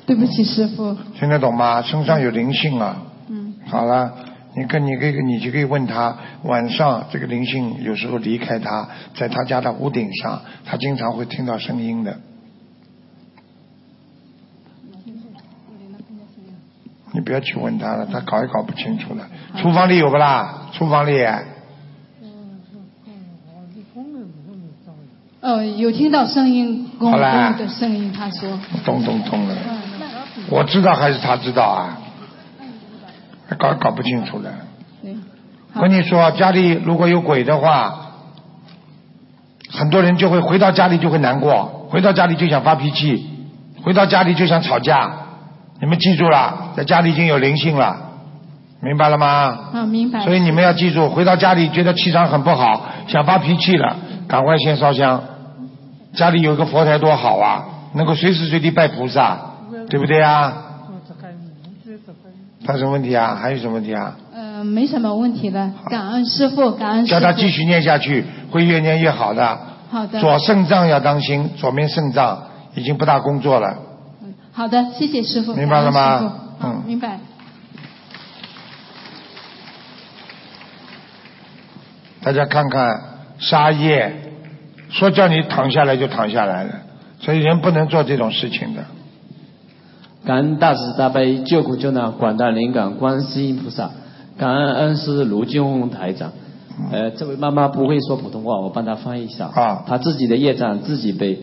对不起，师傅。
听得懂吗？身上有灵性啊！
嗯，
好了，你跟你可以你就可以问他，晚上这个灵性有时候离开他，在他家的屋顶上，他经常会听到声音的。你不要去问他了，他搞也搞不清楚了。厨房里有不啦？厨房里
呃，有听到声音，公
好
公
啦
的声音，他说。
咚咚咚了，我知道还是他知道啊？搞也搞不清楚了。
对，
我跟你说，家里如果有鬼的话，很多人就会回到家里就会难过，回到家里就想发脾气，回到家里就想吵架。你们记住了，在家里已经有灵性了，明白了吗？
啊，明白。
所以你们要记住，回到家里觉得气场很不好，想发脾气了，赶快先烧香。家里有个佛台多好啊，能够随时随地拜菩萨，
呃
对不对啊？他什么问题啊？还有什么问题啊？
呃，没什么问题了，感恩师傅，感恩师
叫
傅。
他继续念下去，会越念越好的。
好的，
左肾脏要当心，左面肾脏已经不大工作了。
好的，谢谢师傅。
明白了吗
感恩师傅好
嗯
明白。
大家看看沙叶，说叫你躺下来就躺下来了，所以人不能做这种事情的。
感恩大慈大悲救苦救难广大灵感观世音菩萨，感恩恩师卢俊宏台长。呃，这位妈妈不会说普通话，我帮她翻译一下。
啊，
她自己的业障自己背，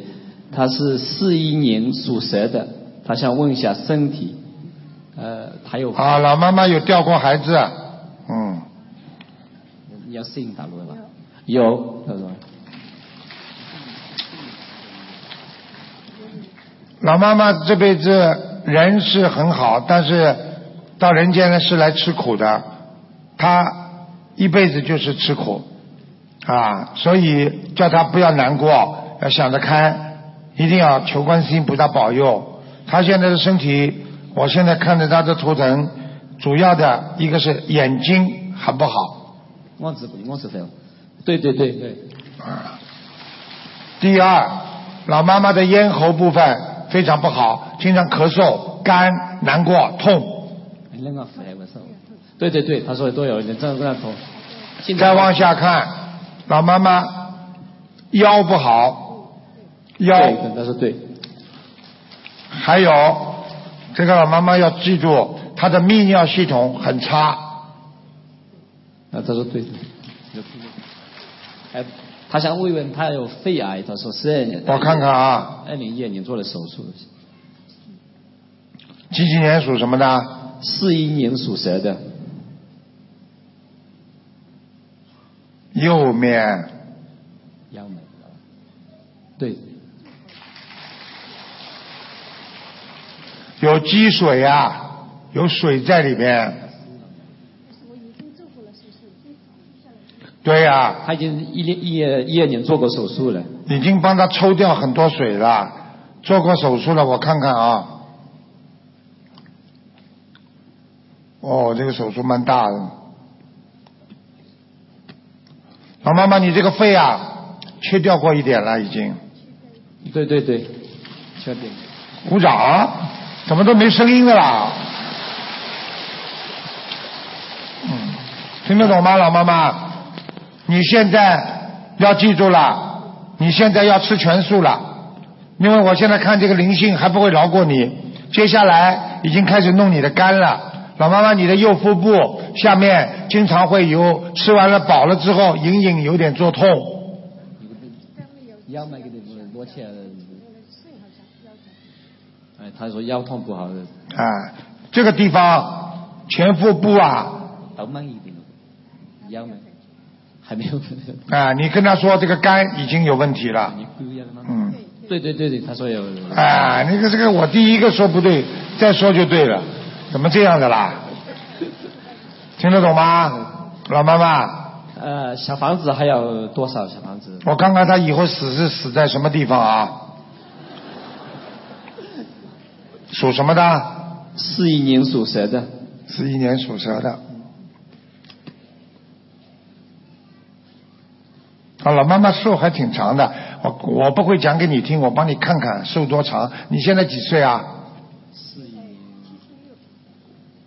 她是四一年属蛇的，她想问一下身体，呃，还有
啊，老妈妈有掉过孩子，嗯，
你要适应大陆的吧？有，她说
老妈妈这辈子人是很好，但是到人间呢是来吃苦的，她一辈子就是吃苦啊，所以叫她不要难过，要想得开，一定要求观世音菩萨保佑。她现在的身体，我现在看着她的图腾，主要的一个是眼睛很不好，
忘词不？忘词了？对对对对，
啊第二，老妈妈的咽喉部分非常不好，经常咳嗽、干、难过、痛。
那个肥我操！对对对，她说的都有，你这样这样头。现
再往下看，老妈妈腰不好，腰
对，她说对。
还有这个老妈妈要记住，她的泌尿系统很差。
啊，他说对的。哎，他想问问他有肺癌，他说十二年。
我看看啊，
二零一二年做了手术，
几几年属什么的？
四一年属蛇的，
右面，
腰没了。对，
有积水啊，有水在里面。对呀、
他已经一零一二一二年做过手术了，
已经帮他抽掉很多水了，做过手术了，我看看啊。哦，这个手术蛮大的。老妈妈，你这个肺啊，切掉过一点了，已经。
对对对，确定。
鼓掌，怎么都没声音的啦？嗯，听得懂吗，老妈妈？你现在要记住了，你现在要吃全素了，因为我现在看这个灵性还不会饶过你，接下来已经开始弄你的肝了。老妈妈，你的右腹部下面经常会有吃完了饱了之后，隐隐有点作痛。
腰没给你摸起来了。哎，他说腰痛不好的，
啊，这个地方前腹部啊
倒慢一点，腰没，还没有。
啊，你跟他说这个肝已经有问题了，
你不一样的吗？
嗯，
对对对对，他说有。
啊，那个这个我第一个说不对，再说就对了，怎么这样的啦？听得懂吗，老妈妈？
啊，呃，小房子还有多少小房子？
我看看他以后死是死在什么地方啊？属什么的？
四一年属蛇的。
四一年属蛇的。好了，妈妈寿还挺长的，我我不会讲给你听，我帮你看看寿多长。你现在几岁啊？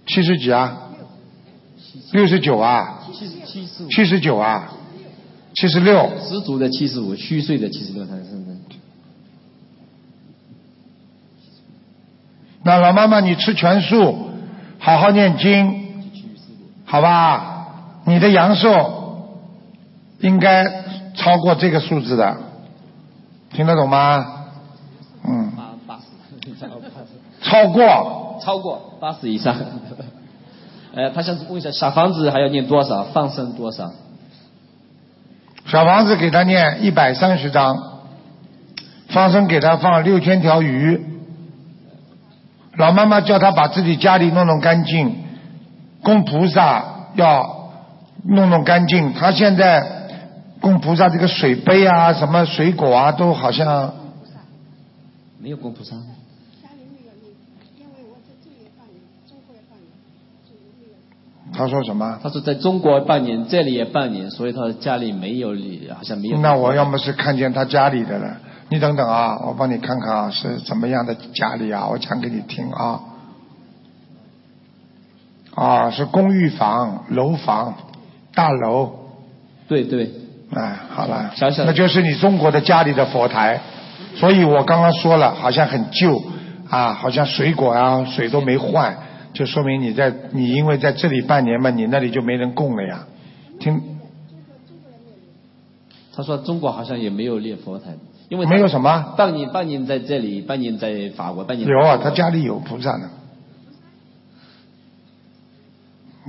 七十几啊？六十九啊？
七十七十
七十九啊？七十六？
十足的七十五，虚岁的七十六，他是不是？
那老妈妈，你吃全素，好好念经，好吧？你的阳寿应该超过这个数字的，听得懂吗？嗯，
八八十以上，
超过
超过八十以上。 [laughs] 呃，他想问一下，小房子还要念多少？放生多少？
小房子给他念一百三十章，放生给他放六千条鱼。老妈妈叫他把自己家里弄弄干净，供菩萨要弄弄干净。他现在供菩萨这个水杯啊，什么水果啊，都好像
没有供菩萨。
他说什么？
他说在中国半年，这里也半年，所以他家里没有礼，好像没有。
那我要么是看见他家里的了。你等等啊，我帮你看看啊，是怎么样的家里啊，我讲给你听啊。啊，是公寓房、楼房、大楼。
对对。
哎，好了，
小小的
那就是你中国的家里的佛台，所以我刚刚说了，好像很旧啊，好像水果啊水都没换，就说明你在你因为在这里半年嘛，你那里就没人供了呀。听
他说中国好像也没有列佛台，因为他
没有什么？
半年半年在这里，半年在法国，半年在
有啊，
中国
他家里有菩萨呢。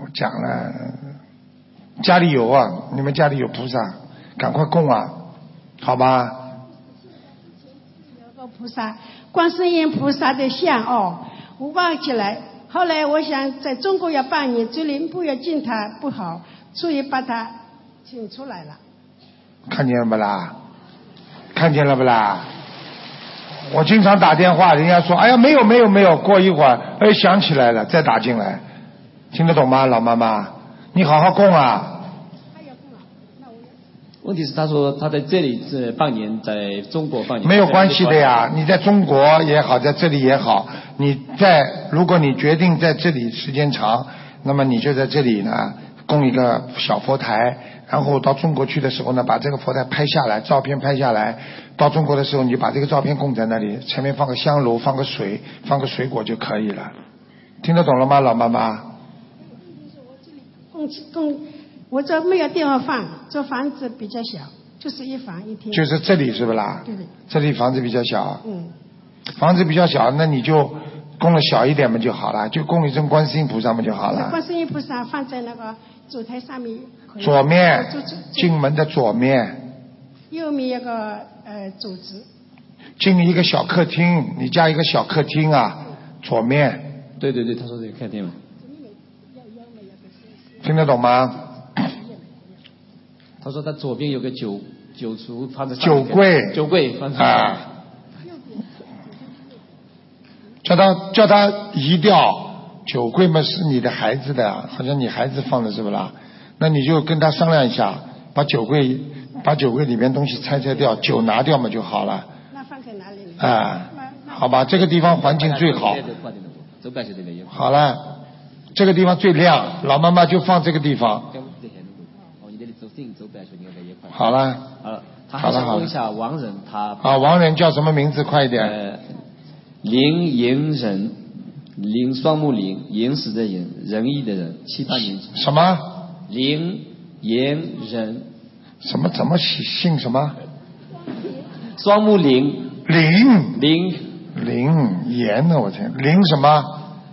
我讲了，家里有啊，你们家里有菩萨，赶快供啊，好吧？
有个菩萨，观世音菩萨的像哦，我忘记了。后来我想在中国要办年，竹林不要进他不好，所以把他请出来了。
看见了不啦？看见了不啦？我经常打电话，人家说，哎呀，没有没有没有，过一会儿，哎，想起来了，再打进来，听得懂吗，老妈妈？你好好供啊，
问题是他说他在这里这半年，在中国半年
没有关系的。呀，你在中国也好，在这里也好，你在如果你决定在这里时间长，那么你就在这里呢供一个小佛台，然后到中国去的时候呢，把这个佛台拍下来，照片拍下来，到中国的时候你就把这个照片供在那里，前面放个香炉，放个水，放个水果就可以了。听得懂了吗，老妈妈？
供供，我这没有地方放，这房子比较小，就是一房一厅。
就是这里是不啦？
对的，
这里房子比较小，
嗯，
房子比较小，那你就供的小一点嘛就好了，就供一尊观世音菩萨嘛就好了。
观世音菩萨放在那个主台上面可以，
左面
就就，
进门的左面，
右面一个呃主子，
进一个小客厅，你家一个小客厅啊，左面，
对对对，他说这个看见吗？
听得懂吗？
他说他左边有个酒酒橱放在上
酒
面
柜，
酒柜放在上面
啊，叫他叫他移掉酒柜嘛，是你的孩子的，好像你孩子放的是不啦？那你就跟他商量一下，把酒柜把酒柜里面东西拆拆掉，酒拿掉嘛就好了，
那放在哪里呢？
啊，好吧，这个地方环境最好。
走感谢这边有。
好了，这个地方最亮，老妈妈就放这个地方。
哦
好了，
好了，他还想问一下王仁，他
啊，王人叫什么名字？快一点。
呃，林岩仁，林双木林，岩石的岩，仁义的仁，七八年级，
什么
林岩仁，
什么怎么姓姓什么？
双木林，
林
林
林岩呢？我天，林什么？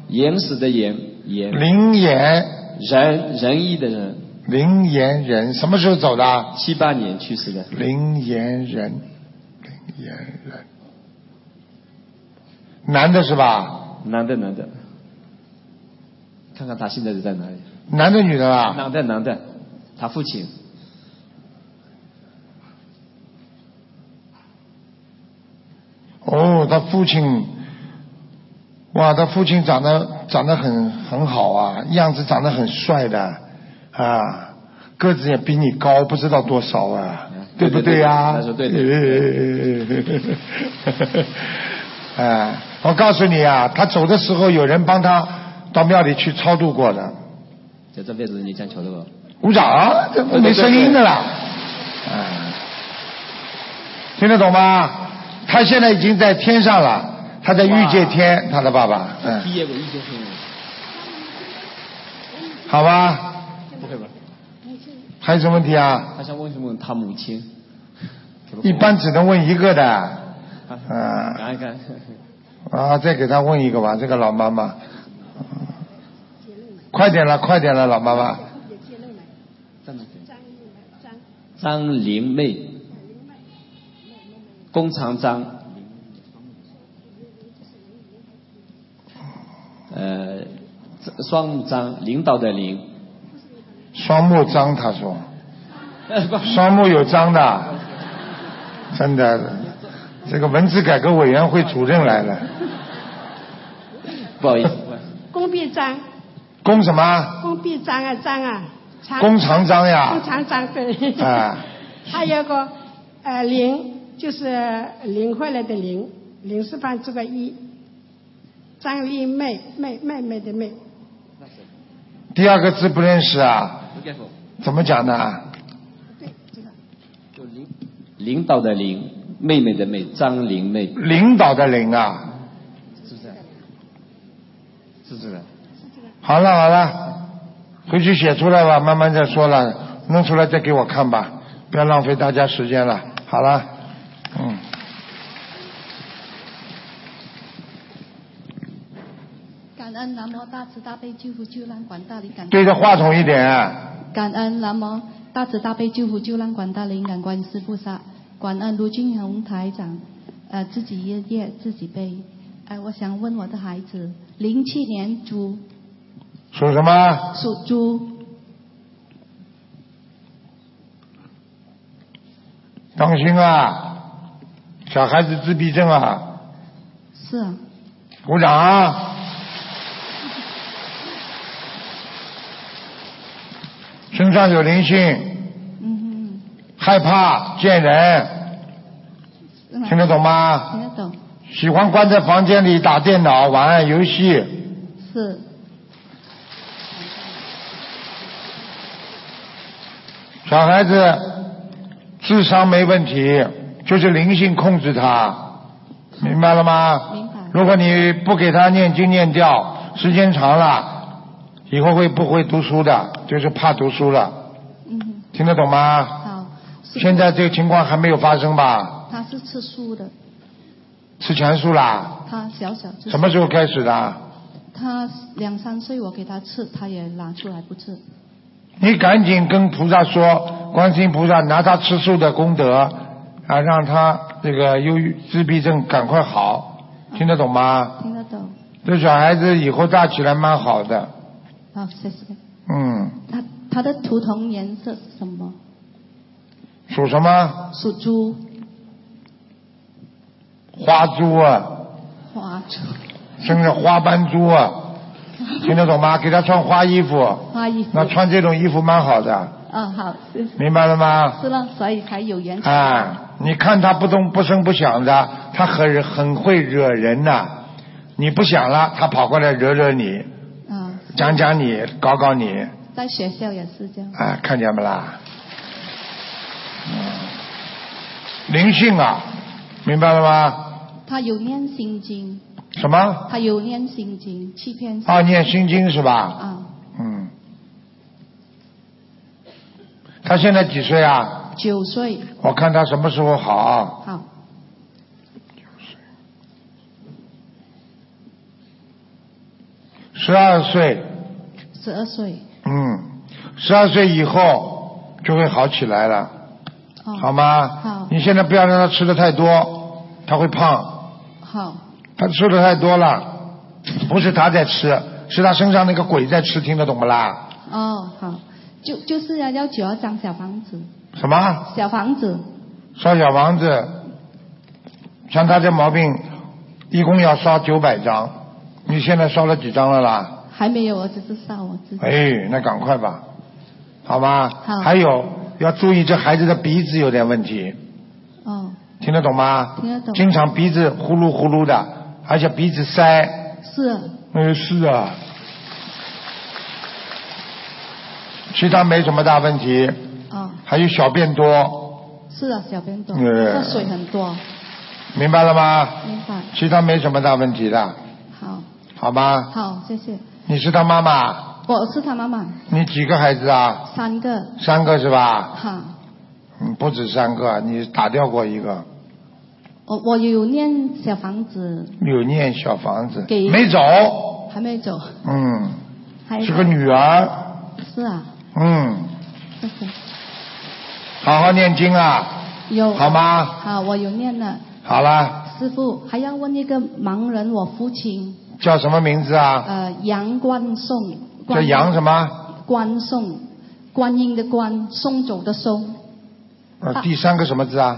岩石的岩，岩
林岩
仁仁义的仁，
林岩人什么时候走的？
七八年去世的。
林岩人，林岩人，男的是吧？
男的，男的，看看他现在是在哪里？
男的女的啦？啊
男的，男的，他父亲
哦，他父亲，哇，他父亲长得长得很很好啊，样子长得很帅的啊，个子也比你高不知道多少啊，对不对啊呀、
嗯对对
[laughs] 哎、我告诉你啊，他走的时候有人帮他到庙里去超度过的，
就这辈子你这样求的哦我。
鼓掌，啊这没声音的啦。嗯，听得懂吗？他现在已经在天上了，他在欲界天，他的爸爸，嗯，
毕业过一些天，
好吧，
不会吧？
还有什么问题啊？
他想问什么？他母亲，啊
一般只能问一个的，嗯，
看一看，
啊，再给他问一个吧，这个老妈妈，快点了，快点了，老妈妈，
张灵妹，弓长张，呃，双木张，领导的领，
双目张，他说，双目有张的，真的，这个文字改革委员会主任来了，
不好意思，
工臂章，
公什么？
工臂章啊章啊，长
弓长张呀
弓长张对。
啊，
[laughs] 还有个呃零，就是领回来的领，领事旁这个一，张丽妹妹妹妹的妹，
第二个字不认识啊？怎么讲呢？
领导的领，妹妹的妹，张灵妹，
领导的领啊？
是不是？是这个。
好了好了，回去写出来吧，慢慢再说了，弄出来再给我看吧，不要浪费大家时间了。好了，嗯。
感恩南无大慈大悲救苦救难广大灵感。
对着话筒一点。
感恩南无大慈大悲救苦救难广大灵感观世菩萨，感恩卢俊宏台长，呃，自己业业自己背。呃，我想问我的孩子，零七年猪
属什么？
属猪，
当心啊！小孩子自闭症啊！
是啊，
鼓掌啊！身上有灵性，
嗯
害怕见人，
哼，
听得懂吗？
嗯听得懂，
喜欢关在房间里打电脑、玩游戏。
是
小孩子智商没问题，就是灵性控制他，明白了吗？明白。如果你不给他念经念掉，时间长了，以后会不会读书的，就是怕读书了，
嗯哼，
听得懂吗？
好。是
现在这个情况还没有发生吧？
他是吃素的，
吃全素啦？
他小小就
什么时候开始的？
他两三岁，我给他吃，他也拿出来不吃。
你赶紧跟菩萨说，观世音菩萨拿他吃素的功德啊，让他这个忧郁自闭症赶快好，听得懂吗？
听得懂，
这小孩子以后大起来蛮好的，
好，谢谢。
嗯，
他他的图腾颜色是什么？
属什么？
属猪，
花猪啊，
花猪，
生着花斑猪啊，听得懂吗？给他穿花衣服，
花衣服。
那穿这种衣服蛮好的，
嗯，好，是
明白了吗？
是了，所以才有缘。
啊，你看他不动不声不响的，他很很会惹人呐、你不想了，他跑过来惹惹你，
嗯
啊，
讲讲你，搞搞你，
在学校也是这样。
啊，看见没啦？嗯，灵性啊，明白了吗？
他有念心经，
什么？
他有念心经，欺骗。
啊，念心经是吧？
啊，
嗯。他现在几岁啊？
九岁，
我看他什么时候好啊？
好，
十二岁，
十二岁，
嗯，十二岁以后就会好起来了，
哦，
好吗？好。你现在不要让他吃的太多，他会胖。
好，
他吃的太多了，不是他在吃，是他身上那个鬼在吃，听得懂不啦？
哦，好，就就是要要九张小房子，
什么？
小房子，
烧小房子，像他这毛病，一共要烧九百张，你现在烧了几张了啦？
还没有，我只是上我自己。
哎，那赶快吧，好吧？
好
还有要注意这孩子的鼻子有点问题，
哦，
听得懂吗？
听得懂。
经常鼻子呼噜呼噜的，而且鼻子塞。
是
哎，是啊。其他没什么大问题，
哦，
还有小便多，
是啊，小便懂，
呃
这水很多，
明白了吗？
明白？
其他没什么大问题的，
好，
好吗？
好，谢谢。
你是他妈妈，
我是他妈妈，
你几个孩子啊？
三个，
三个是吧？
哈，
嗯，不止三个，你打掉过一个，
我我有念小房子，
有念小房子
给，
没走，
还没走，
嗯，
还
是个女儿，
是啊，
嗯，
谢谢。
好好念经啊，
有
好吗？
好，我有念了。
好啦，
师傅还要问一个盲人，我父亲，
叫什么名字啊？
呃，杨冠颂，
叫杨什么？
关送，观音的观，送走的送，
呃，第三个什么字啊？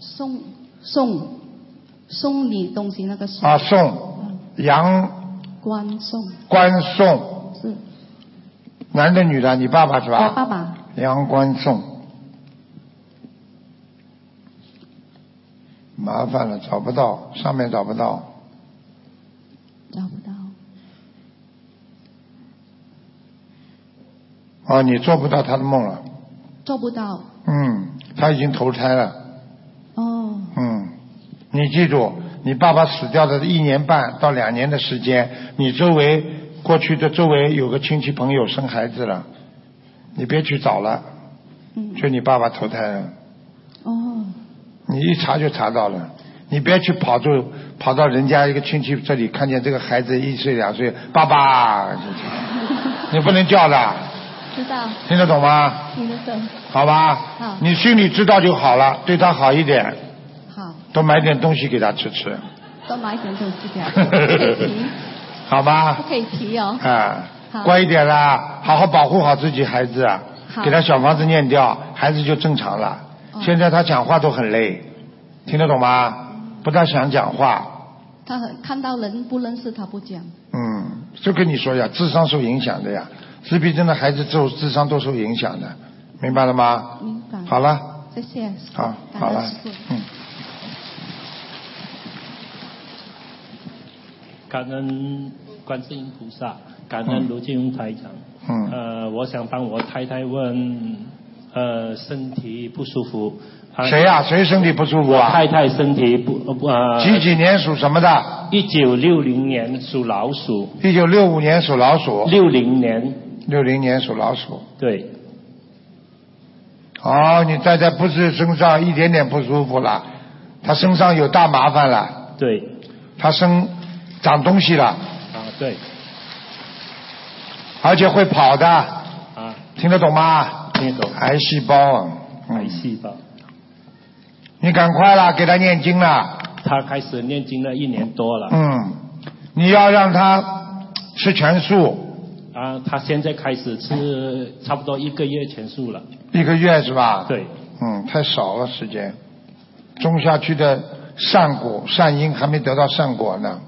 送送送你东西那个送，
啊，宋，杨
关送
关宋，
是
男的女的？你爸爸是
我
吧？
爸爸，
杨关宋，麻烦了，找不到，上面找不到。
找不到，
哦，你做不到他的梦了。
做不到
嗯，他已经投胎了。
哦，
嗯，你记住，你爸爸死掉的一年半到两年的时间，你周围过去的周围有个亲戚朋友生孩子了，你别去找了，
嗯，
就你爸爸投胎了，
哦，
你一查就查到了。你别去跑就跑到人家一个亲戚这里，看见这个孩子一岁两岁，爸爸，你不能叫的，
知道，
听得懂吗？
你的懂，
好吧，
啊
好
你心里知道就好了，对他好一点，
好，
多买点东西给他吃吃，
多买一点东西
[laughs]
给他，不可以提，
好
不
吧？
可以提哦，
啊
好，
乖一点啦，好好保护好自己孩子，啊
好嗯哦
给他小房子念掉，孩子就正常了。现在他讲话都很累，听得懂吗？不大想讲话，
他很看到人不认识他不讲，
嗯，就跟你说呀，智商受影响的呀，自闭症的孩子智智商都受影响的，明白了吗？
明白，
好了。
谢谢，
好，
感
好
恩
了
师父，
嗯，
感恩观世音菩萨，感恩卢金荣台长。
嗯
呃，我想帮我太太问，呃，身体不舒服。她
谁呀、谁身体不舒服啊？
太太身体不呃不呃。
几几年属什么的？
一九六零年属老鼠。
一九六五年属老鼠。
六零年。
六零年属老鼠。
对。
哦，你太太不是身上一点点不舒服了，她身上有大麻烦了，
对。
她身长东西了，
啊，对
而且会跑的，
啊，
听得懂吗？
听得懂。
癌细胞啊。
癌细胞。
你赶快啦，给她念经啦。
她开始念经了一年多了。
嗯，你要让她吃全素，
啊，她现在开始
[laughs]
吃差不多一个月全素了。
一个月是吧？
对。
嗯，太少了时间，种下去的善果善因还没得到善果呢。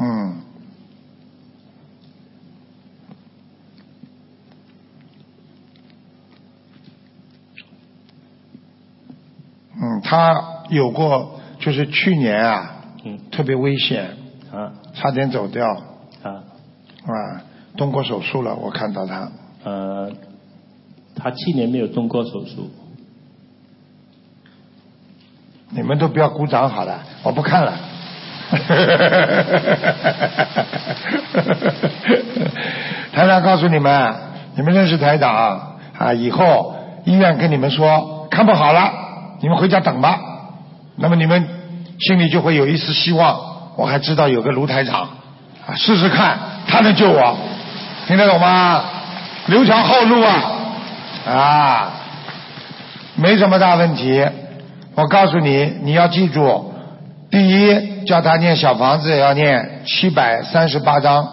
嗯。嗯，他有过，就是去年啊，
嗯，
特别危险，
啊，
差点走掉，
啊，
啊，动过手术了，我看到他，
呃，她去年没有动过手术。
你们都不要鼓掌好了，我不看了。 [laughs] [laughs] 台长告诉你们，你们认识台长啊啊，以后医院跟你们说看不好了，你们回家等吧。那么你们心里就会有一丝希望，我还知道有个卢台长啊，试试看他能救我，听得懂吗？留条后路啊啊，没什么大问题。我告诉你，你要记住，第一叫他念小房子要念七百三十八章，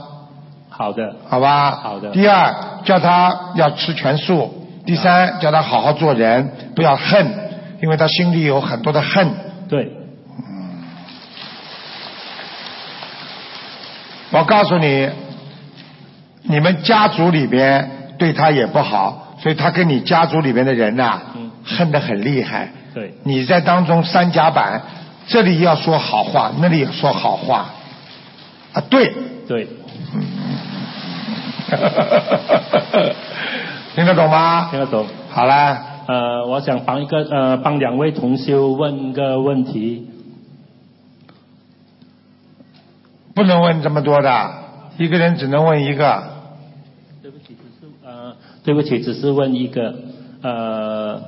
好的，
好吧？
好的
第二叫他要吃全素，第三叫他好好做人，不要恨，因为他心里有很多的恨。嗯
对。
我告诉你，你们家族里边对他也不好，所以他跟你家族里边的人呐、
嗯
恨得很厉害。
对，
你在当中三甲板，这里要说好话，那里也说好话，啊，对，
对，
[laughs] 听得懂吗？
听得懂。
好啦。
呃，我想帮一个呃，帮两位同修问个问题，
不能问这么多的，一个人只能问一个。
呃对不起，只是问一个呃，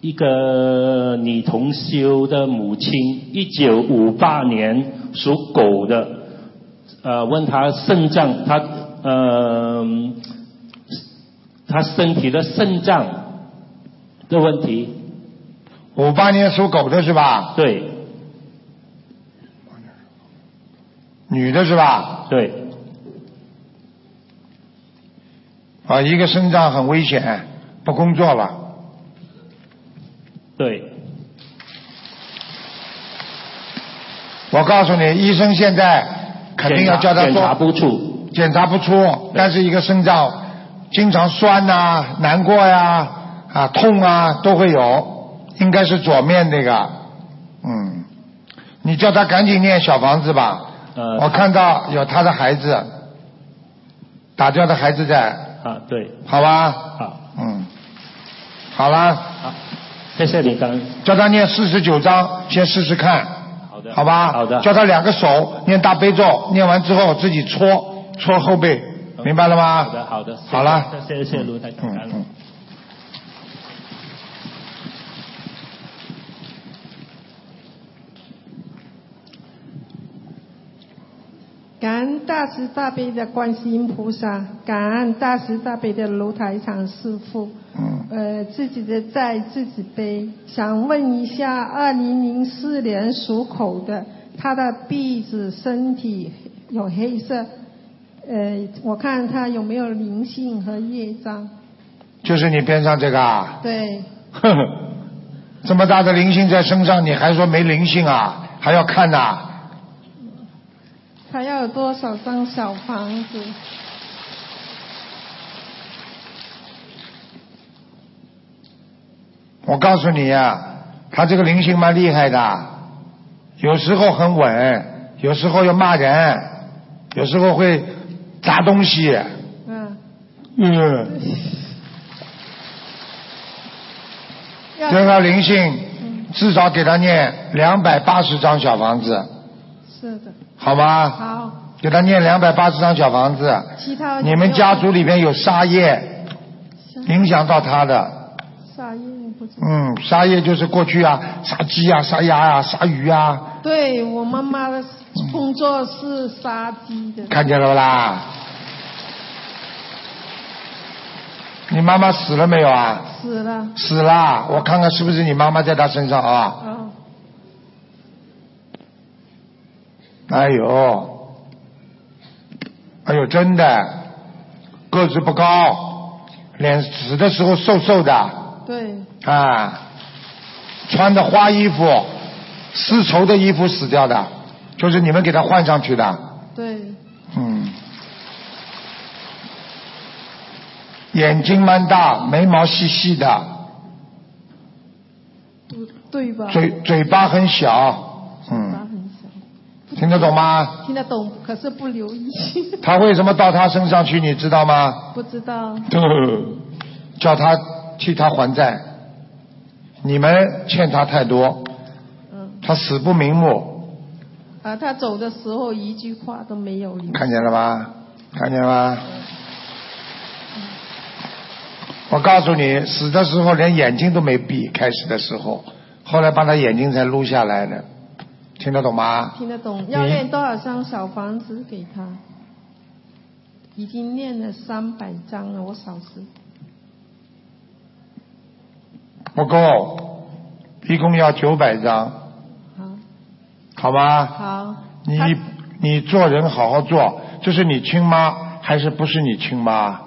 一个女同修的母亲，一九五八年属狗的，呃，问她肾脏，她呃，她身体的肾脏的问题。
五八年属狗的是吧？
对。
女的是吧？
对。
啊，一个肾脏很危险，不工作了。
对，
我告诉你，医生现在肯定要叫他做
检查不出，
检查不出，但是一个肾脏经常酸呐、难过呀、啊、痛啊都会有，应该是左面那个，嗯，你叫他赶紧念小房子吧，
呃，
我看到有他的孩子，打掉的孩子在，
啊，对，
好吧？
好，
嗯，好啦，
谢谢你刚，
叫他念四十九章，先试试看。
好
的，好吧，好的，叫他两个手念大悲咒，念完之后自己搓搓后背，明白了吗？
好的，好的，谢谢
好了，
谢谢谢谢卢台长，感恩
感恩大慈大悲的观世音菩萨，感恩大慈大悲的卢台长师傅。嗯。呃，自己的债自己背。想问一下，二零零四年属口的，他的鼻子、身体有黑色，呃，我看他有没有灵性和业障？
就是你边上这个啊，
[laughs]
对，
呵呵，这么大的灵性在身上，你还说没灵性啊？还要看呐、
他要有多少张小房子？
我告诉你呀、啊他这个灵性蛮厉害的，啊有时候很稳，有时候要骂人，有时候会砸东西。
嗯。
嗯。
要
这个灵性至少给他念两百八十张小房子，
是的。
好吗？
好，
给他念两百八十张小房子。
其他
你们家族里边有沙业，影响到他的。
啥用不知道。
嗯，沙业就是过去啊，杀鸡啊、杀鸭啊、杀鱼啊，
对我妈妈的工作是杀鸡的，
看见了不啦？你妈妈死了没有啊？
死了。
死了，我看看是不是你妈妈在她身上啊？
哦，
哎呦，哎呦，真的，个子不高，脸死的时候瘦瘦的
对，
啊，穿的花衣服，丝绸的衣服死掉的，就是你们给他换上去的，
对，
嗯，眼睛蛮大，眉毛细细的，
不对吧？
嘴嘴巴很小，嗯，听得懂吗？
听得懂，可是不留意， [laughs]
他为什么到他身上去，你知道吗？ [laughs]
不知道。
叫他替他还债，你们欠他太多，他死不瞑目，
啊，他走的时候一句话都没有留。
看见了吧？看见了吧？我告诉你，死的时候连眼睛都没闭，开始的时候，后来把他眼睛才撸下来的，听得懂吗？
听得
嗯
懂，要念多少张小房子给他？已经念了三百张了，我嫂子。
不够，一共要九百张，
好，
好吗？
好，
你你做人好好做，这是你亲妈还是不是你亲妈？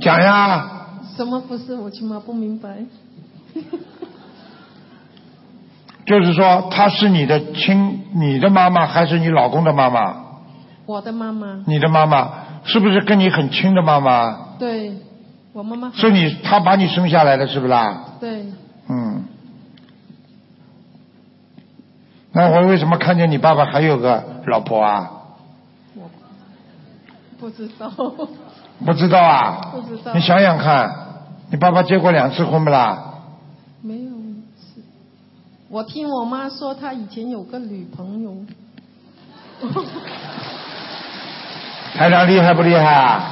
讲呀，
什么不是？我起码不明白。
就是说她是你的亲，你的妈妈还是你老公的妈妈？
我的妈妈，
你的妈妈是不是跟你很亲的妈妈？
对，我妈妈很
是你她把你生下来的，是不是啦？
对，
嗯。那我为什么看见你爸爸还有个老婆啊？
不知道。
不知道啊？
不知道。
你想想看，你爸爸结过两次婚不啦？
没有，是我听我妈说，她以前有个女朋
[laughs]
友。
台长厉害不厉害啊？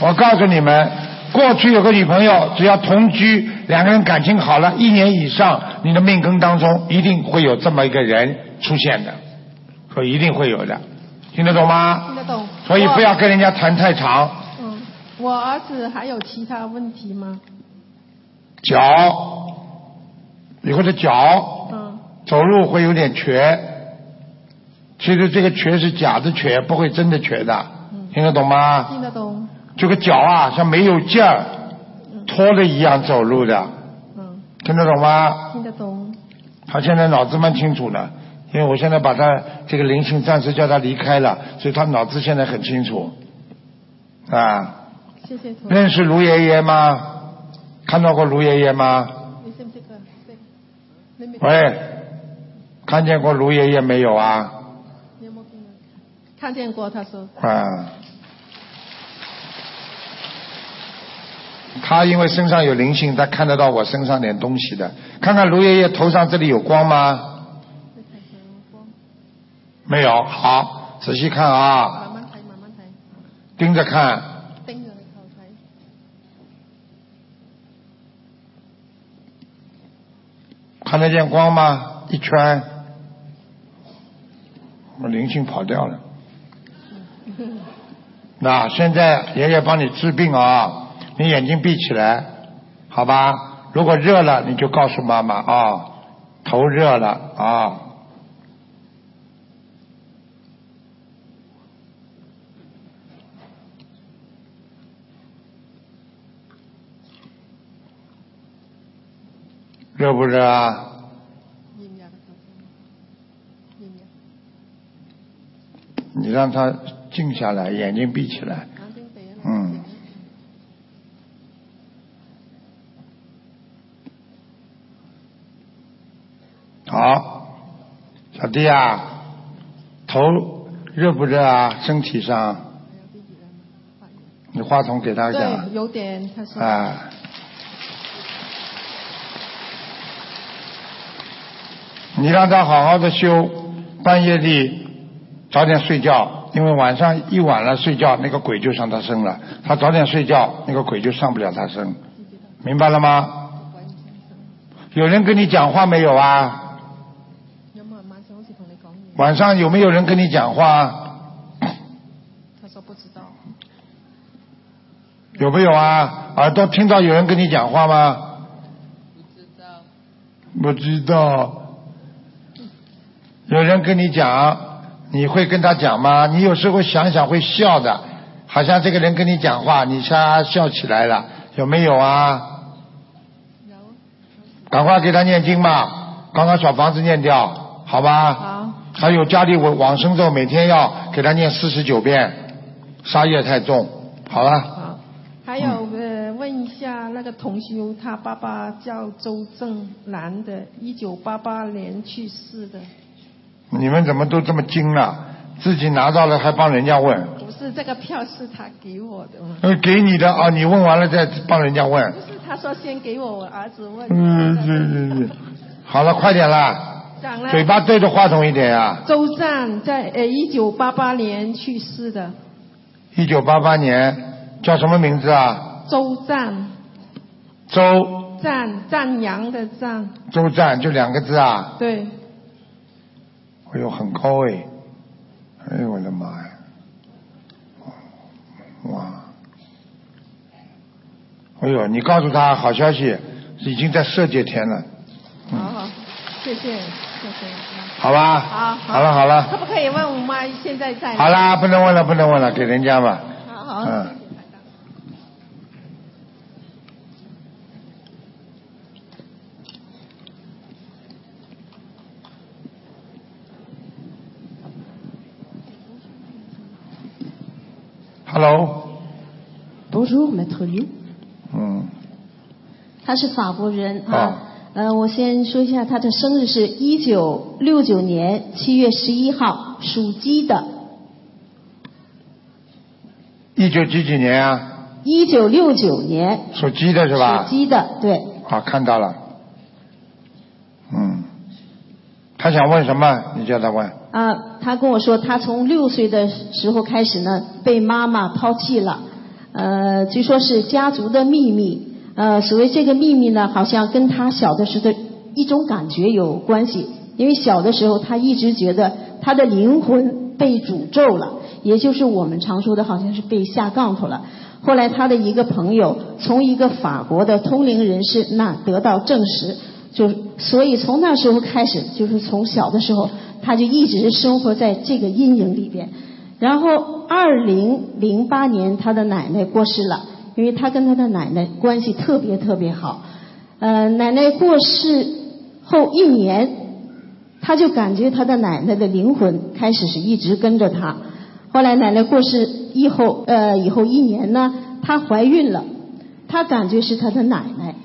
我告诉你们，过去有个女朋友，只要同居，两个人感情好了一年以上，你的命根当中一定会有这么一个人出现的，说一定会有的，听得懂吗？
听得懂。
所以不要跟人
家。
家谈太长，
嗯，我儿子还有其他问题吗？
脚，以后的脚
嗯，
走路会有点瘸，其实这个瘸是假的瘸，不会真的瘸的，听得懂吗？
听得懂。
这个脚啊像没有劲儿，拖着一样走路的，听得懂吗？
听得懂。
他现在脑子蛮清楚的，因为我现在把他这个灵性暂时叫他离开了，所以他脑子现在很清楚。啊，
谢谢同学。
认识卢爷爷吗？看到过卢爷爷吗？
你信不信个？对你没
喂，看见过卢爷爷没有啊？
你有没有看见过？他说
啊，他因为身上有灵性，他看得到我身上点东西的。看看卢爷爷头上这里有光吗？没有，好，仔细看啊，
慢慢睇，慢慢睇，
盯着看。
盯着你头睇。
看得见光吗？一圈，我灵性跑掉了。那现在爷爷帮你治病啊，你眼睛闭起来，好吧？如果热了，你就告诉妈妈啊，头热了啊。热不热啊？你让他静下来，眼睛闭起来。嗯。好，小弟啊，头热不热啊？身体上？你话筒给他一啊下。
对，有点，他说。
啊。你让他好好的修，半夜里早点睡觉，因为晚上一晚了睡觉，那个鬼就上他身了。他早点睡觉，那个鬼就上不了他身，明白了吗？有人跟你讲话没有啊？
有冇人晚上好似同你講嘢？
晚上有没有人跟你讲话？啊
他说不知道，
有没有啊？耳朵听到有人跟你讲话吗？不知道。不知道。有人跟你讲，你会跟他讲吗？你有时候想想会笑的，好像这个人跟你讲话，你笑笑起来了，有没有啊？有。赶快给他念经吧，刚刚小房子念掉，好吧？好。还有家里我往生咒，每天要给他念四十九遍，杀业太重，好吧？
还有
嗯
呃，问一下那个同修，他爸爸叫周正男的，一九八八年去世的，
你们怎么都这么精啊？自己拿到了还帮人家问，
不是这个票是他给我的吗？
呃，给你的啊，你问完了再帮人家问
不。是他说先给我，我儿子问。
嗯，对对对，好了，快点啦，
长了。
嘴巴对着话筒一点啊。
周战在呃一九八八年去世的，
一九八八年叫什么名字啊？
周战
周
战战阳的战，
周战就两个字啊。
对，
哎呦，很高哎！哎呦我的妈呀！哇！哎呦，你告诉他好消息，已经在色界天了，嗯
好好，谢谢谢谢。
好吧？
好，
啊好了好了
可不可以问我妈现在在？
好啦，，不能问了，不能问了，给人家吧。
好好。
嗯， Hello，
Bonjour, maître Liu。
嗯，
他是法国人
啊
啊。呃，我先说一下他的生日是一九六九年七月十一号，属鸡的。
一九几几年啊？
一九六九年，
属鸡的是
属
吧？
鸡的，对。
啊，看到了。嗯，他想问什么？你叫他问。
啊，他跟我说，他从六岁的时候开始呢，被妈妈抛弃了。呃，据说是家族的秘密。呃，所谓这个秘密呢，好像跟他小的时候的一种感觉有关系。因为小的时候，他一直觉得他的灵魂被诅咒了，也就是我们常说的，好像是被下杠头了。后来，他的一个朋友从一个法国的通灵人士那得到证实，就所以从那时候开始，就是从小的时候，他就一直生活在这个阴影里边。然后，二零零八年，他的奶奶过世了，因为他跟他的奶奶关系特别特别好。呃，奶奶过世后一年，他就感觉他的奶奶的灵魂开始是一直跟着他。后来奶奶过世以后，呃，以后一年呢，她怀孕了，她感觉是她的奶奶。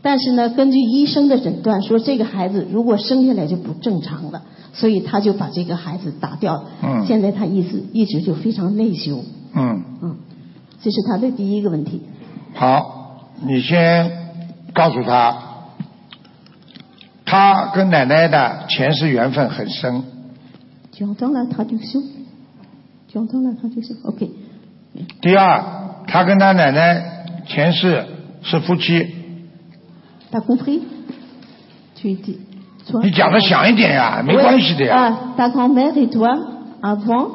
但是呢，根据医生的诊断说，这个孩子如果生下来就不正常了，所以他就把这个孩子打掉了。
嗯
现在他一直一直就非常内疚，
嗯，
这是他的第一个问题。
好，你先告诉他，他跟奶奶的前世缘分很深。
Tu entends la traduction Tu entends la traduction OK。
第二，他跟他奶奶前世是夫妻。
T'as compris Tu dis. Toi,
你讲的响一点呀，没
Oui.
关系的呀。
啊，ta grand-mère et toi avant，